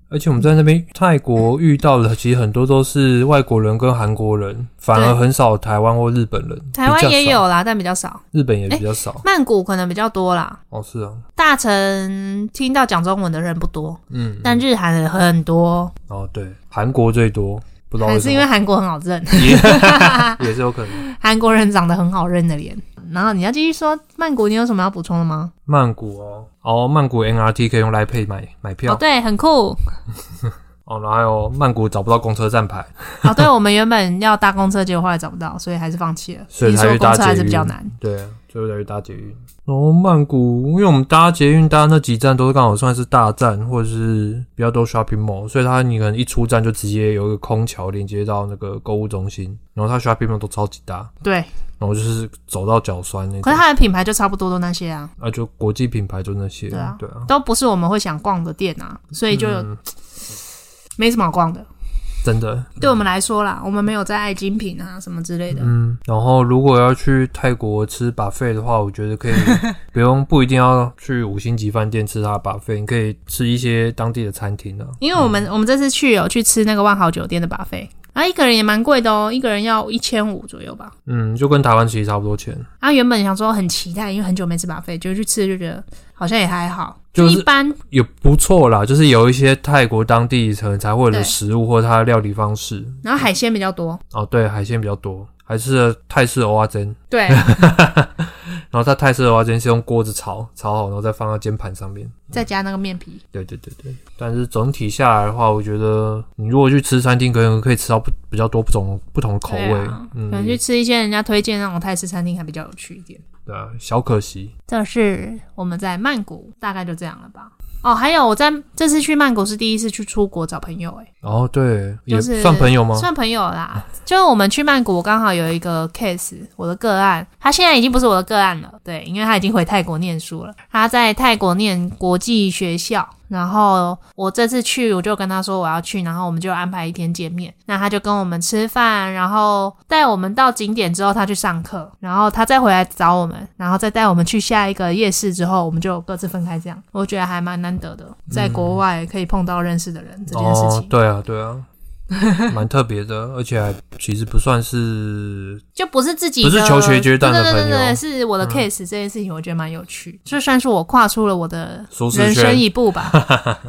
[SPEAKER 2] 而且我们在那边泰国遇到的，其实很多都是外国人跟韩国人，反而
[SPEAKER 1] 对
[SPEAKER 2] 很少台湾或日本人。
[SPEAKER 1] 台湾
[SPEAKER 2] 比较
[SPEAKER 1] 也
[SPEAKER 2] 少，
[SPEAKER 1] 有哎啦，但比较少。
[SPEAKER 2] 日本也比较少。
[SPEAKER 1] 曼谷可能比较多啦，
[SPEAKER 2] 哦，是啊，
[SPEAKER 1] 大城听到讲中文的人不多，
[SPEAKER 2] 嗯，
[SPEAKER 1] 但日韩人很多，
[SPEAKER 2] 哦对，韩国最多，不知道
[SPEAKER 1] 还
[SPEAKER 2] 为
[SPEAKER 1] 是
[SPEAKER 2] 什
[SPEAKER 1] 因为
[SPEAKER 2] 么，
[SPEAKER 1] 韩国很好 认，
[SPEAKER 2] 也也是有可能。
[SPEAKER 1] 韩国人长得很好认的脸。然后你要继续说曼谷，你有什么要补充的吗？
[SPEAKER 2] 曼谷哦，哦，曼谷 NRT 可以用来配买买票
[SPEAKER 1] 哦，对，很 酷。
[SPEAKER 2] 哦，然后还有曼谷找不到公车站牌，
[SPEAKER 1] 哦，对，我们原本要搭公车，结果后来找不到，所以还是放弃了。
[SPEAKER 2] 所以
[SPEAKER 1] 听
[SPEAKER 2] 才
[SPEAKER 1] 说
[SPEAKER 2] 去
[SPEAKER 1] 公
[SPEAKER 2] 搭
[SPEAKER 1] 车还
[SPEAKER 2] 捷
[SPEAKER 1] 是比
[SPEAKER 2] 运
[SPEAKER 1] 较难。
[SPEAKER 2] 对啊，最后再去搭捷运。然后哦曼谷，因为我们搭捷运搭那几站都是刚好算是大站，或者是比较多 shopping mall，所以它你可能一出站就直接有一个空桥连接到那个购物中心，然后它 shopping mall 都超级大，
[SPEAKER 1] 对，
[SPEAKER 2] 然后就是走到脚酸那
[SPEAKER 1] 可
[SPEAKER 2] 种
[SPEAKER 1] 是，它的品牌就差不多都那些啊。
[SPEAKER 2] 啊，就国际品牌就那些，
[SPEAKER 1] 对啊
[SPEAKER 2] 对啊，
[SPEAKER 1] 都不是我们会想逛的店啊，所以就
[SPEAKER 2] 嗯
[SPEAKER 1] 没什么好逛的。
[SPEAKER 2] 真的，
[SPEAKER 1] 对我们来说啦，我们没有在爱精品啊什么之类的。
[SPEAKER 2] 嗯，然后如果要去泰国吃 buffet 的话，我觉 得可以不用不一定要去五星级饭店吃它的 buffet，你可以吃一些当地的餐厅啊。
[SPEAKER 1] 因为我们、我们这次去哦有去吃那个万豪酒店的 buffet，啊，一个人也蛮贵的哦，一个人要一千五左右吧。
[SPEAKER 2] 嗯，就跟台湾其实差不多钱，
[SPEAKER 1] 啊，原本想说很期待，因为很久没吃 buffet，就去吃就觉得好像也还好，
[SPEAKER 2] 就
[SPEAKER 1] 就是一般。
[SPEAKER 2] 也不错啦。就是有一些泰国当地可能才会有的
[SPEAKER 1] 对
[SPEAKER 2] 食物或它的料理方式。
[SPEAKER 1] 然后海鲜比较多，
[SPEAKER 2] 哦，对，海鲜比较多，还是泰式蚵仔煎。
[SPEAKER 1] 对，
[SPEAKER 2] 然后它泰式蚵仔煎是用锅子炒，炒好然后再放到煎盘上面。
[SPEAKER 1] 再加那个面皮。
[SPEAKER 2] 对对对对，但是整体下来的话，我觉得你如果去吃餐厅，可能可以吃到不比较多不同不同的口
[SPEAKER 1] 对
[SPEAKER 2] 味。
[SPEAKER 1] 啊可能去
[SPEAKER 2] 嗯，
[SPEAKER 1] 吃一些人家推荐那种泰式餐厅还比较有趣一点。
[SPEAKER 2] 对啊，小可惜。
[SPEAKER 1] 这是我们在曼谷，大概就这样了吧。哦，还有我在这次去曼谷是第一次去出国找朋友、欸，
[SPEAKER 2] 然后哦对，也
[SPEAKER 1] 就是
[SPEAKER 2] 算朋友吗？
[SPEAKER 1] 算朋友啦。就是我们去曼谷，我刚好有一个 case，我的个案，他现在已经不是我的个案了，对，因为他已经回泰国念书了。他在泰国念国际学校，然后我这次去，我就跟他说我要去，然后我们就安排一天见面。那他就跟我们吃饭，然后带我们到景点之后，他去上课，然后他再回来找我们，然后再带我们去下一个夜市之后，我们就各自分开这样。我觉得还蛮难得的，在国外可以碰到认识的人这件事情。
[SPEAKER 2] 哦，对啊，对啊，蛮特别的，而且还其实不算是
[SPEAKER 1] 就不是自己
[SPEAKER 2] 不是
[SPEAKER 1] 的
[SPEAKER 2] 求学阶段的
[SPEAKER 1] 对对对对
[SPEAKER 2] 朋友嗯
[SPEAKER 1] 对，是我的 case 这件事情，我觉得蛮有趣，就算是我跨出了我的
[SPEAKER 2] 舒适
[SPEAKER 1] 人生
[SPEAKER 2] 圈
[SPEAKER 1] 一步 吧。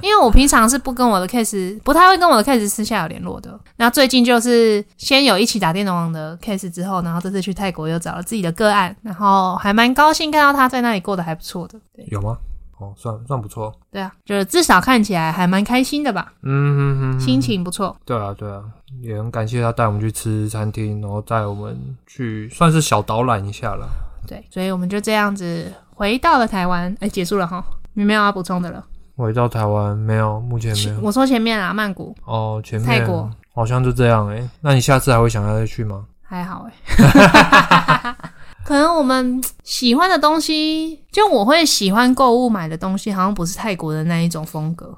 [SPEAKER 1] 因为我平常是不跟我的 case，不太会跟我的 case 私下有联络的。那最近就是先有一起打电动的 case 之后，然后这次去泰国又找了自己的个案，然后还蛮高兴看到他在那里过得还不错的。对
[SPEAKER 2] 有吗？哦，算算不错。
[SPEAKER 1] 对啊，就是至少看起来还蛮开心的吧，
[SPEAKER 2] 嗯，嗯嗯
[SPEAKER 1] 心情不错。
[SPEAKER 2] 对啊，对啊，也很感谢他带我们去吃餐厅，然后带我们去算是小导览一下了。
[SPEAKER 1] 对，所以我们就这样子回到了台湾，哎，结束了哈，你没有要补充的了。
[SPEAKER 2] 回到台湾没有？目前没有。
[SPEAKER 1] 我说前面啊，曼谷。
[SPEAKER 2] 哦，前面
[SPEAKER 1] 泰国
[SPEAKER 2] 欸好像就这样诶、那你下次还会想要再去吗？
[SPEAKER 1] 还好 哎、可能我们喜欢的东西，就我会喜欢购物买的东西，好像不是泰国的那一种风格。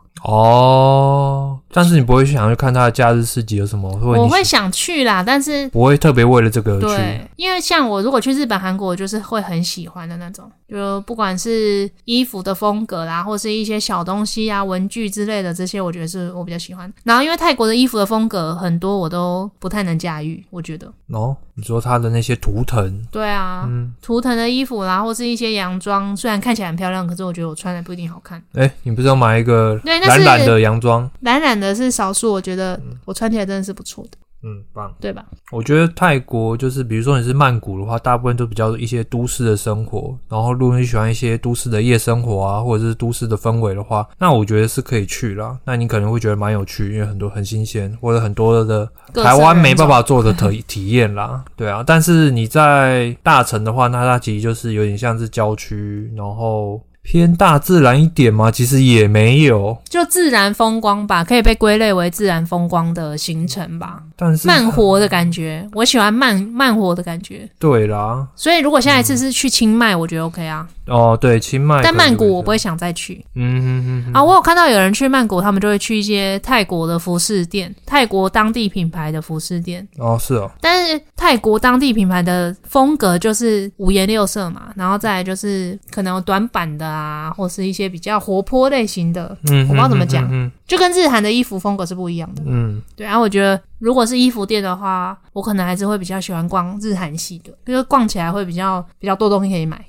[SPEAKER 2] 哦，但是你不会想去看它的假日市集有什么，或者
[SPEAKER 1] 我
[SPEAKER 2] 你
[SPEAKER 1] 会想去啦，但是
[SPEAKER 2] 不会特别为了这个去？
[SPEAKER 1] 对，因为像我如果去日本、韩国，我就是会很喜欢的那种，就不管是衣服的风格啦，或是一些小东西啊、文具之类的，这些我觉得是我比较喜欢。然后因为泰国的衣服的风格很多，我都不太能驾驭，我觉得。
[SPEAKER 2] 哦，你说它的那些图腾，
[SPEAKER 1] 对啊，
[SPEAKER 2] 嗯，
[SPEAKER 1] 图腾的衣服啦，或是一些洋装，虽然看起来很漂亮，可是我觉得我穿的不一定好看。
[SPEAKER 2] 哎，你不是要买一个
[SPEAKER 1] 对那
[SPEAKER 2] 蓝
[SPEAKER 1] 是
[SPEAKER 2] 蓝的洋装？
[SPEAKER 1] 懒懒的是少数，我觉得我穿起来真的是不错的，
[SPEAKER 2] 嗯，棒。
[SPEAKER 1] 对吧？
[SPEAKER 2] 我觉得泰国就是，比如说你是曼谷的话，大部分都比较一些都市的生活。然后，如果你喜欢一些都市的夜生活啊，或者是都市的氛围的话，那我觉得是可以去啦。那你可能会觉得蛮有趣，因为很多很新鲜，或者很多的
[SPEAKER 1] 各色
[SPEAKER 2] 台湾没办
[SPEAKER 1] 人
[SPEAKER 2] 法做的体体验啦。 对啊，但是你在大城的话，那它其实就是有点像是郊区，然后偏大自然一点嘛，其实也没有。
[SPEAKER 1] 种，就自然风光吧，可以被归类为自然风光的行程吧，
[SPEAKER 2] 但是
[SPEAKER 1] 慢活的感觉，我喜欢慢慢活的感觉。
[SPEAKER 2] 对啦，
[SPEAKER 1] 所以如果下一次是去清迈，我觉得 OK 啊，
[SPEAKER 2] 哦对，清迈
[SPEAKER 1] 但
[SPEAKER 2] 可能
[SPEAKER 1] 曼
[SPEAKER 2] 就
[SPEAKER 1] 谷我不
[SPEAKER 2] 会
[SPEAKER 1] 会想再去
[SPEAKER 2] 这样，嗯哼哼哼
[SPEAKER 1] 啊。我有看到有人去曼谷，他们就会去一些泰国的服饰店，泰国当地品牌的服饰店。
[SPEAKER 2] 哦是哦。
[SPEAKER 1] 但是泰国当地品牌的风格就是五颜六色嘛，然后再来就是可能有短版的啊，或是一些比较活泼类型的，
[SPEAKER 2] 嗯，
[SPEAKER 1] 我不知道怎么讲
[SPEAKER 2] 嗯
[SPEAKER 1] 就跟日韩的衣服风格是不一样的。
[SPEAKER 2] 嗯，
[SPEAKER 1] 对，然、啊后我觉得如果是衣服店的话，我可能还是会比较喜欢逛日韩系的，就是逛起来会比较比较多东西可以买，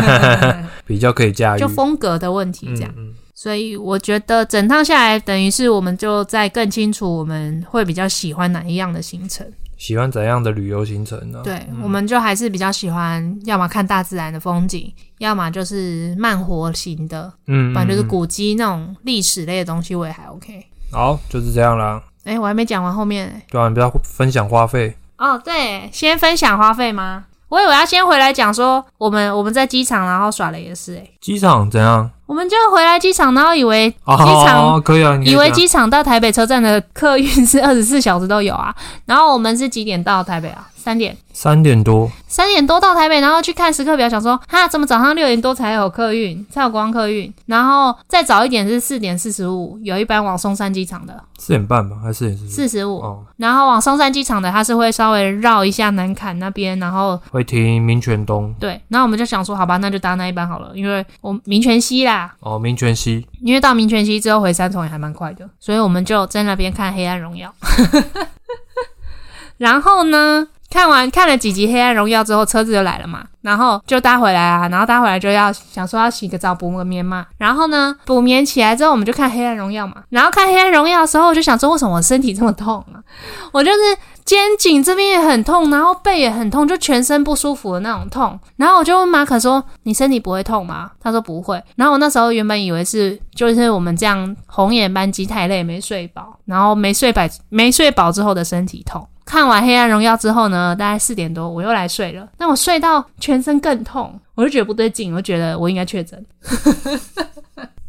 [SPEAKER 2] 嗯比较可以驾驭，
[SPEAKER 1] 就风格的问题这样。
[SPEAKER 2] 嗯
[SPEAKER 1] 所以我觉得整趟下来，等于是我们就在更清楚我们会比较喜欢哪一样的行程。
[SPEAKER 2] 喜欢怎样的旅游行程呢、
[SPEAKER 1] 对，我们就还是比较喜欢，要么看大自然的风景，要么就是慢活型的，
[SPEAKER 2] 嗯，嗯，
[SPEAKER 1] 不然就是
[SPEAKER 2] 嗯
[SPEAKER 1] 古迹那种历史类的东西，我也还 OK。
[SPEAKER 2] 好，就是这样啦。
[SPEAKER 1] 哎、我还没讲完后面、欸。
[SPEAKER 2] 对啊，你不要分享花费，
[SPEAKER 1] 哦，对，先分享花费吗？我以为要先回来讲说，我们我们在机场然后耍了也是、欸，哎，
[SPEAKER 2] 机场怎样？
[SPEAKER 1] 我们就回来机场，然后以为
[SPEAKER 2] 哦，
[SPEAKER 1] 机场
[SPEAKER 2] 哦可以啊，你可
[SPEAKER 1] 以为
[SPEAKER 2] 这样
[SPEAKER 1] 机场到台北车站的客运是二十四小时都有啊，然后我们是几点到台北啊？三点。
[SPEAKER 2] 三点多，
[SPEAKER 1] 三点多到台北，然后去看时刻表，想说哈，怎么早上六点多才有客运，才有观光客运，然后再早一点是四点四十五，有一班往松山机场的
[SPEAKER 2] 四点半吧，还是四点四十？
[SPEAKER 1] 四十五，
[SPEAKER 2] 哦，
[SPEAKER 1] 然后往松山机场的它是会稍微绕一下南坎那边，然后
[SPEAKER 2] 会停民权东
[SPEAKER 1] 对，然后我们就想说好吧，那就搭那一班好了，因为我民权西啦，
[SPEAKER 2] 哦，民权西
[SPEAKER 1] 因为到民权西之后回三重也还蛮快的，所以我们就在那边看《黑暗荣耀》，然后呢，看完看了几集《黑暗荣耀》之后，车子就来了嘛，然后就搭回来啊，然后搭回来就要想说要洗个澡补个眠嘛，然后呢补眠起来之后，我们就看《黑暗荣耀》嘛，然后看《黑暗荣耀》的时候，我就想说为什么我身体这么痛啊？我就是肩颈这边也很痛，然后背也很痛，就全身不舒服的那种痛。然后我就问马可说：“你身体不会痛吗？”他说：“不会。”然后我那时候原本以为是就是我们这样红眼班机太累没睡饱，然后没睡饱没睡饱之后的身体痛。看完《黑暗荣耀》之后呢，大概四点多我又来睡了，但我睡到全身更痛，我就觉得不对劲，我就觉得我应该确诊。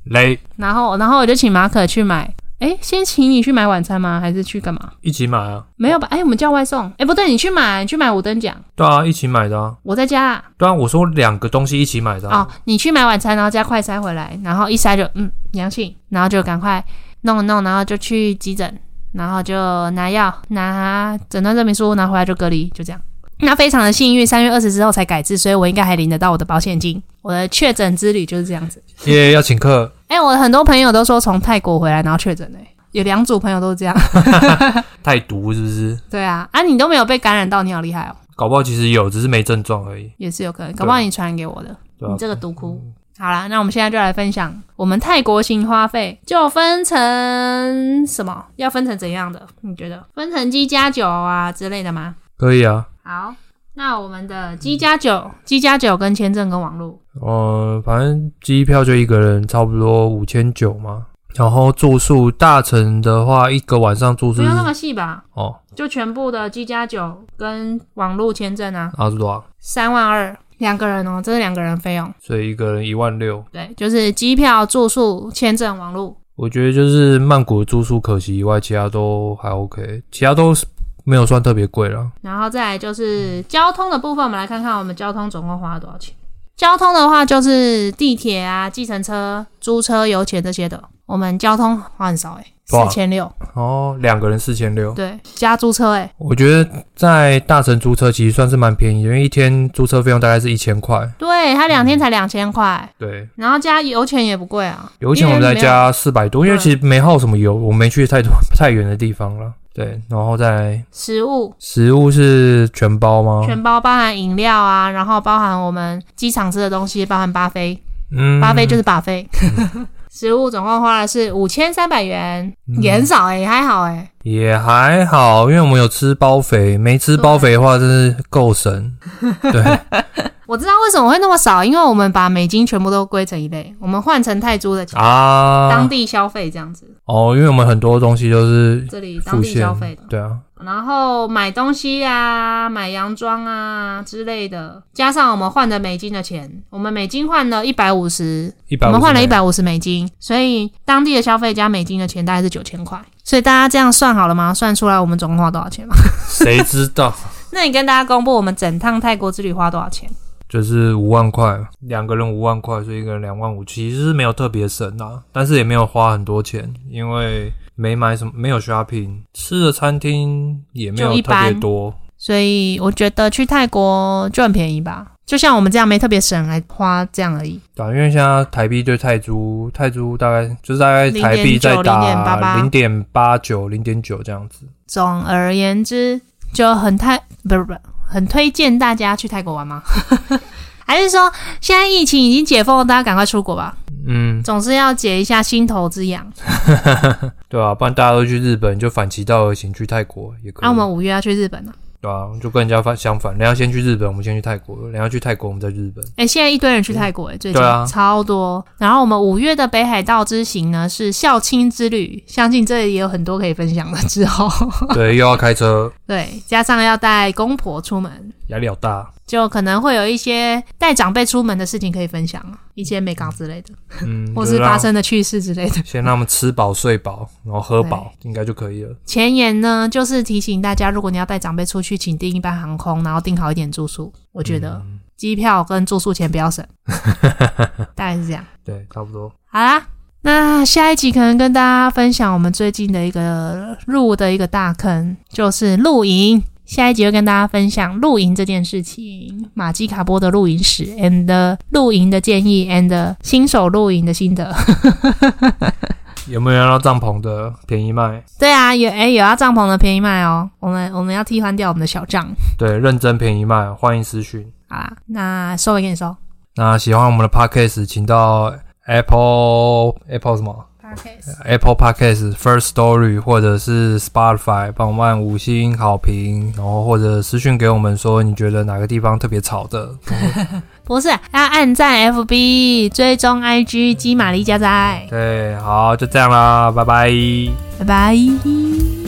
[SPEAKER 2] 雷
[SPEAKER 1] 然后然后我就请马可去买，诶，先请你去买晚餐吗？还是去干嘛？
[SPEAKER 2] 一起买啊，
[SPEAKER 1] 没有吧？哎、我们叫外送。哎、不对，你去买，你去买五等奖，
[SPEAKER 2] 对啊，一起买的啊，
[SPEAKER 1] 我在家啊、
[SPEAKER 2] 对啊，我说两个东西一起买的啊，
[SPEAKER 1] 哦。你去买晚餐，然后加快筛回来，然后一筛就嗯阳性，然后就赶快弄一弄，然后就去急诊，然后就拿药、拿诊断证明书，拿回来就隔离，就这样。那非常的幸运，三月二十之后才改制，所以我应该还领得到我的保险金。我的确诊之旅就是这样子。
[SPEAKER 2] 耶、要请客，
[SPEAKER 1] 哎、我很多朋友都说从泰国回来然后确诊的、哎有两组朋友都是这样。
[SPEAKER 2] 太毒是不是？
[SPEAKER 1] 对啊，啊你都没有被感染到，你好厉害哦，
[SPEAKER 2] 搞不好其实有，只是没症状而已，
[SPEAKER 1] 也是有可能，搞不好你传给我的。
[SPEAKER 2] 啊对
[SPEAKER 1] 你
[SPEAKER 2] 啊？
[SPEAKER 1] 这个独窟。好啦，那我们现在就来分享我们泰国型花费，就分成什么？要分成怎样的？你觉得分成鸡加酒啊之类的吗？
[SPEAKER 2] 可以啊，
[SPEAKER 1] 好，那我们的鸡加
[SPEAKER 2] 嗯
[SPEAKER 1] 酒、鸡加酒跟签证跟网络，
[SPEAKER 2] 呃，反正机票就一个人差不多五千九嘛。然后住宿大城的话，一个晚上住
[SPEAKER 1] 不
[SPEAKER 2] 宿是
[SPEAKER 1] 用那么细吧？
[SPEAKER 2] 哦，
[SPEAKER 1] 就全部的鸡加酒跟网络签证啊，
[SPEAKER 2] 阿是多少？
[SPEAKER 1] 三万二两个人哦，这是两个人费用。
[SPEAKER 2] 所以一个人一万六。
[SPEAKER 1] 对，就是机票、住宿、签证、网络。
[SPEAKER 2] 我觉得就是曼谷的住宿可惜以外，其他都还 OK，其他都是没有算特别贵啦。
[SPEAKER 1] 然后再来就是交通的部分，我们来看看我们交通总共花了多少钱。交通的话就是地铁啊、计程车、租车、油钱这些的，我们交通花很少哎、
[SPEAKER 2] 多
[SPEAKER 1] 四
[SPEAKER 2] 少
[SPEAKER 1] 千六，
[SPEAKER 2] 哦，两个人四千六，
[SPEAKER 1] 对，加租车哎、
[SPEAKER 2] 我觉得在大城租车其实算是蛮便宜的，因为一天租车费用大概是一千块。
[SPEAKER 1] 欸对他两天才两千块，
[SPEAKER 2] 对，
[SPEAKER 1] 然后加油钱也不贵啊，
[SPEAKER 2] 油钱我们再
[SPEAKER 1] 因为没有嗯
[SPEAKER 2] 加四百多，因为
[SPEAKER 1] 对
[SPEAKER 2] 其实没耗什么油，我没去太多太远的地方了。对，然后再
[SPEAKER 1] 食物。
[SPEAKER 2] 食物是全包吗？
[SPEAKER 1] 全包包含饮料啊，然后包含我们机场吃的东西，包含巴菲，
[SPEAKER 2] 嗯
[SPEAKER 1] 巴菲就是巴 菲。食物总共花了是五千三百元，
[SPEAKER 2] 嗯
[SPEAKER 1] 也很少哎、还好哎、
[SPEAKER 2] 也还好，因为我们有吃包肥，没吃包肥的话真是够 神。对，
[SPEAKER 1] 我知道为什么会那么少，因为我们把美金全部都归成一类，我们换成泰铢的钱，当
[SPEAKER 2] 啊，
[SPEAKER 1] 地消费这样子，
[SPEAKER 2] 哦，因为我们很多东西都是
[SPEAKER 1] 这里当
[SPEAKER 2] 付
[SPEAKER 1] 地消
[SPEAKER 2] 现
[SPEAKER 1] 费的，。
[SPEAKER 2] 对啊，
[SPEAKER 1] 然后买东西啊，买洋装啊之类的，加上我们换的美金的钱，我们美金换了一百五十，
[SPEAKER 2] 一百
[SPEAKER 1] 我们换了一百五十美金，所以当地的消费加美金的钱大概是九千块。所以大家这样算好了吗？算出来我们总共花多少钱吗？
[SPEAKER 2] 谁知道？
[SPEAKER 1] 那你跟大家公布我们整趟泰国之旅花多少钱？
[SPEAKER 2] 就是五万块，两个人五万块，所以一个人两万五，其实是没有特别省啊，但是也没有花很多钱，因为没买什么，没有 shopping，吃的餐厅也没有
[SPEAKER 1] 就一
[SPEAKER 2] 特
[SPEAKER 1] 般
[SPEAKER 2] 别多。
[SPEAKER 1] 所以我觉得去泰国就很便宜吧，就像我们这样没特别省来花这样而已。
[SPEAKER 2] 对啊、因为现在台币对泰铢，泰铢大概就是大概台币在打零
[SPEAKER 1] 0.89
[SPEAKER 2] 点八九、零点九这样子。
[SPEAKER 1] 总而言之，就很泰不是不是很推荐大家去泰国玩吗？ 还是说现在疫情已经解封了，大家赶快出国吧，
[SPEAKER 2] 嗯，
[SPEAKER 1] 总是要解一下心头之痒。
[SPEAKER 2] 对啊，不然大家都去日本，就反其道而行，去泰国也可以。
[SPEAKER 1] 啊那、我们五月要去日本了、
[SPEAKER 2] 对啊，就跟人家反相反，人家先去日本，我们先去泰国；人家去泰国，我们再去日本。
[SPEAKER 1] 哎、现在一堆人去泰国、哎，最近、
[SPEAKER 2] 对啊
[SPEAKER 1] 超多。然后我们五月的北海道之行呢是孝亲之旅，相信这也有很多可以分享的。之后，
[SPEAKER 2] 对，又要开车，
[SPEAKER 1] 对，加上要带公婆出门，
[SPEAKER 2] 压力好大。
[SPEAKER 1] 就可能会有一些带长辈出门的事情可以分享，啊一些美港之类的，
[SPEAKER 2] 嗯，
[SPEAKER 1] 或
[SPEAKER 2] 就是让
[SPEAKER 1] 发生的趣事之类的。
[SPEAKER 2] 先让他们吃饱睡饱，然后喝饱，应该就可以了。
[SPEAKER 1] 前言呢，就是提醒大家，如果你要带长辈出去，请订一班航空，然后订好一点住宿。我觉得
[SPEAKER 2] 嗯
[SPEAKER 1] 机票跟住宿钱不要 省，大概是这样。
[SPEAKER 2] 对，差不多。
[SPEAKER 1] 好啦，那下一集可能跟大家分享我们最近的一个入的一个大坑，就是露营。下一集会跟大家分享露营这件事情，马基卡波的露营史，and 露营的建议，and 新手露营的心得。
[SPEAKER 2] 有没有人要帐篷的便宜卖？
[SPEAKER 1] 对啊，有诶、有要帐篷的便宜卖哦，我们我们要替换掉我们的小帐。
[SPEAKER 2] 对，认真便宜卖，欢迎私讯。
[SPEAKER 1] 好啦，那收尾给你收。
[SPEAKER 2] 那喜欢我们的 podcast，请到 Apple Apple 什么
[SPEAKER 1] Podcast
[SPEAKER 2] Apple Podcast First Story 或者是 Spotify 帮我们按五星好评，然后或者私讯给我们说你觉得哪个地方特别 吵的。
[SPEAKER 1] 不是要按赞 FB 追踪 IG 鸡玛丽加仔，
[SPEAKER 2] 对，好，就这样啦，拜拜。
[SPEAKER 1] 拜拜。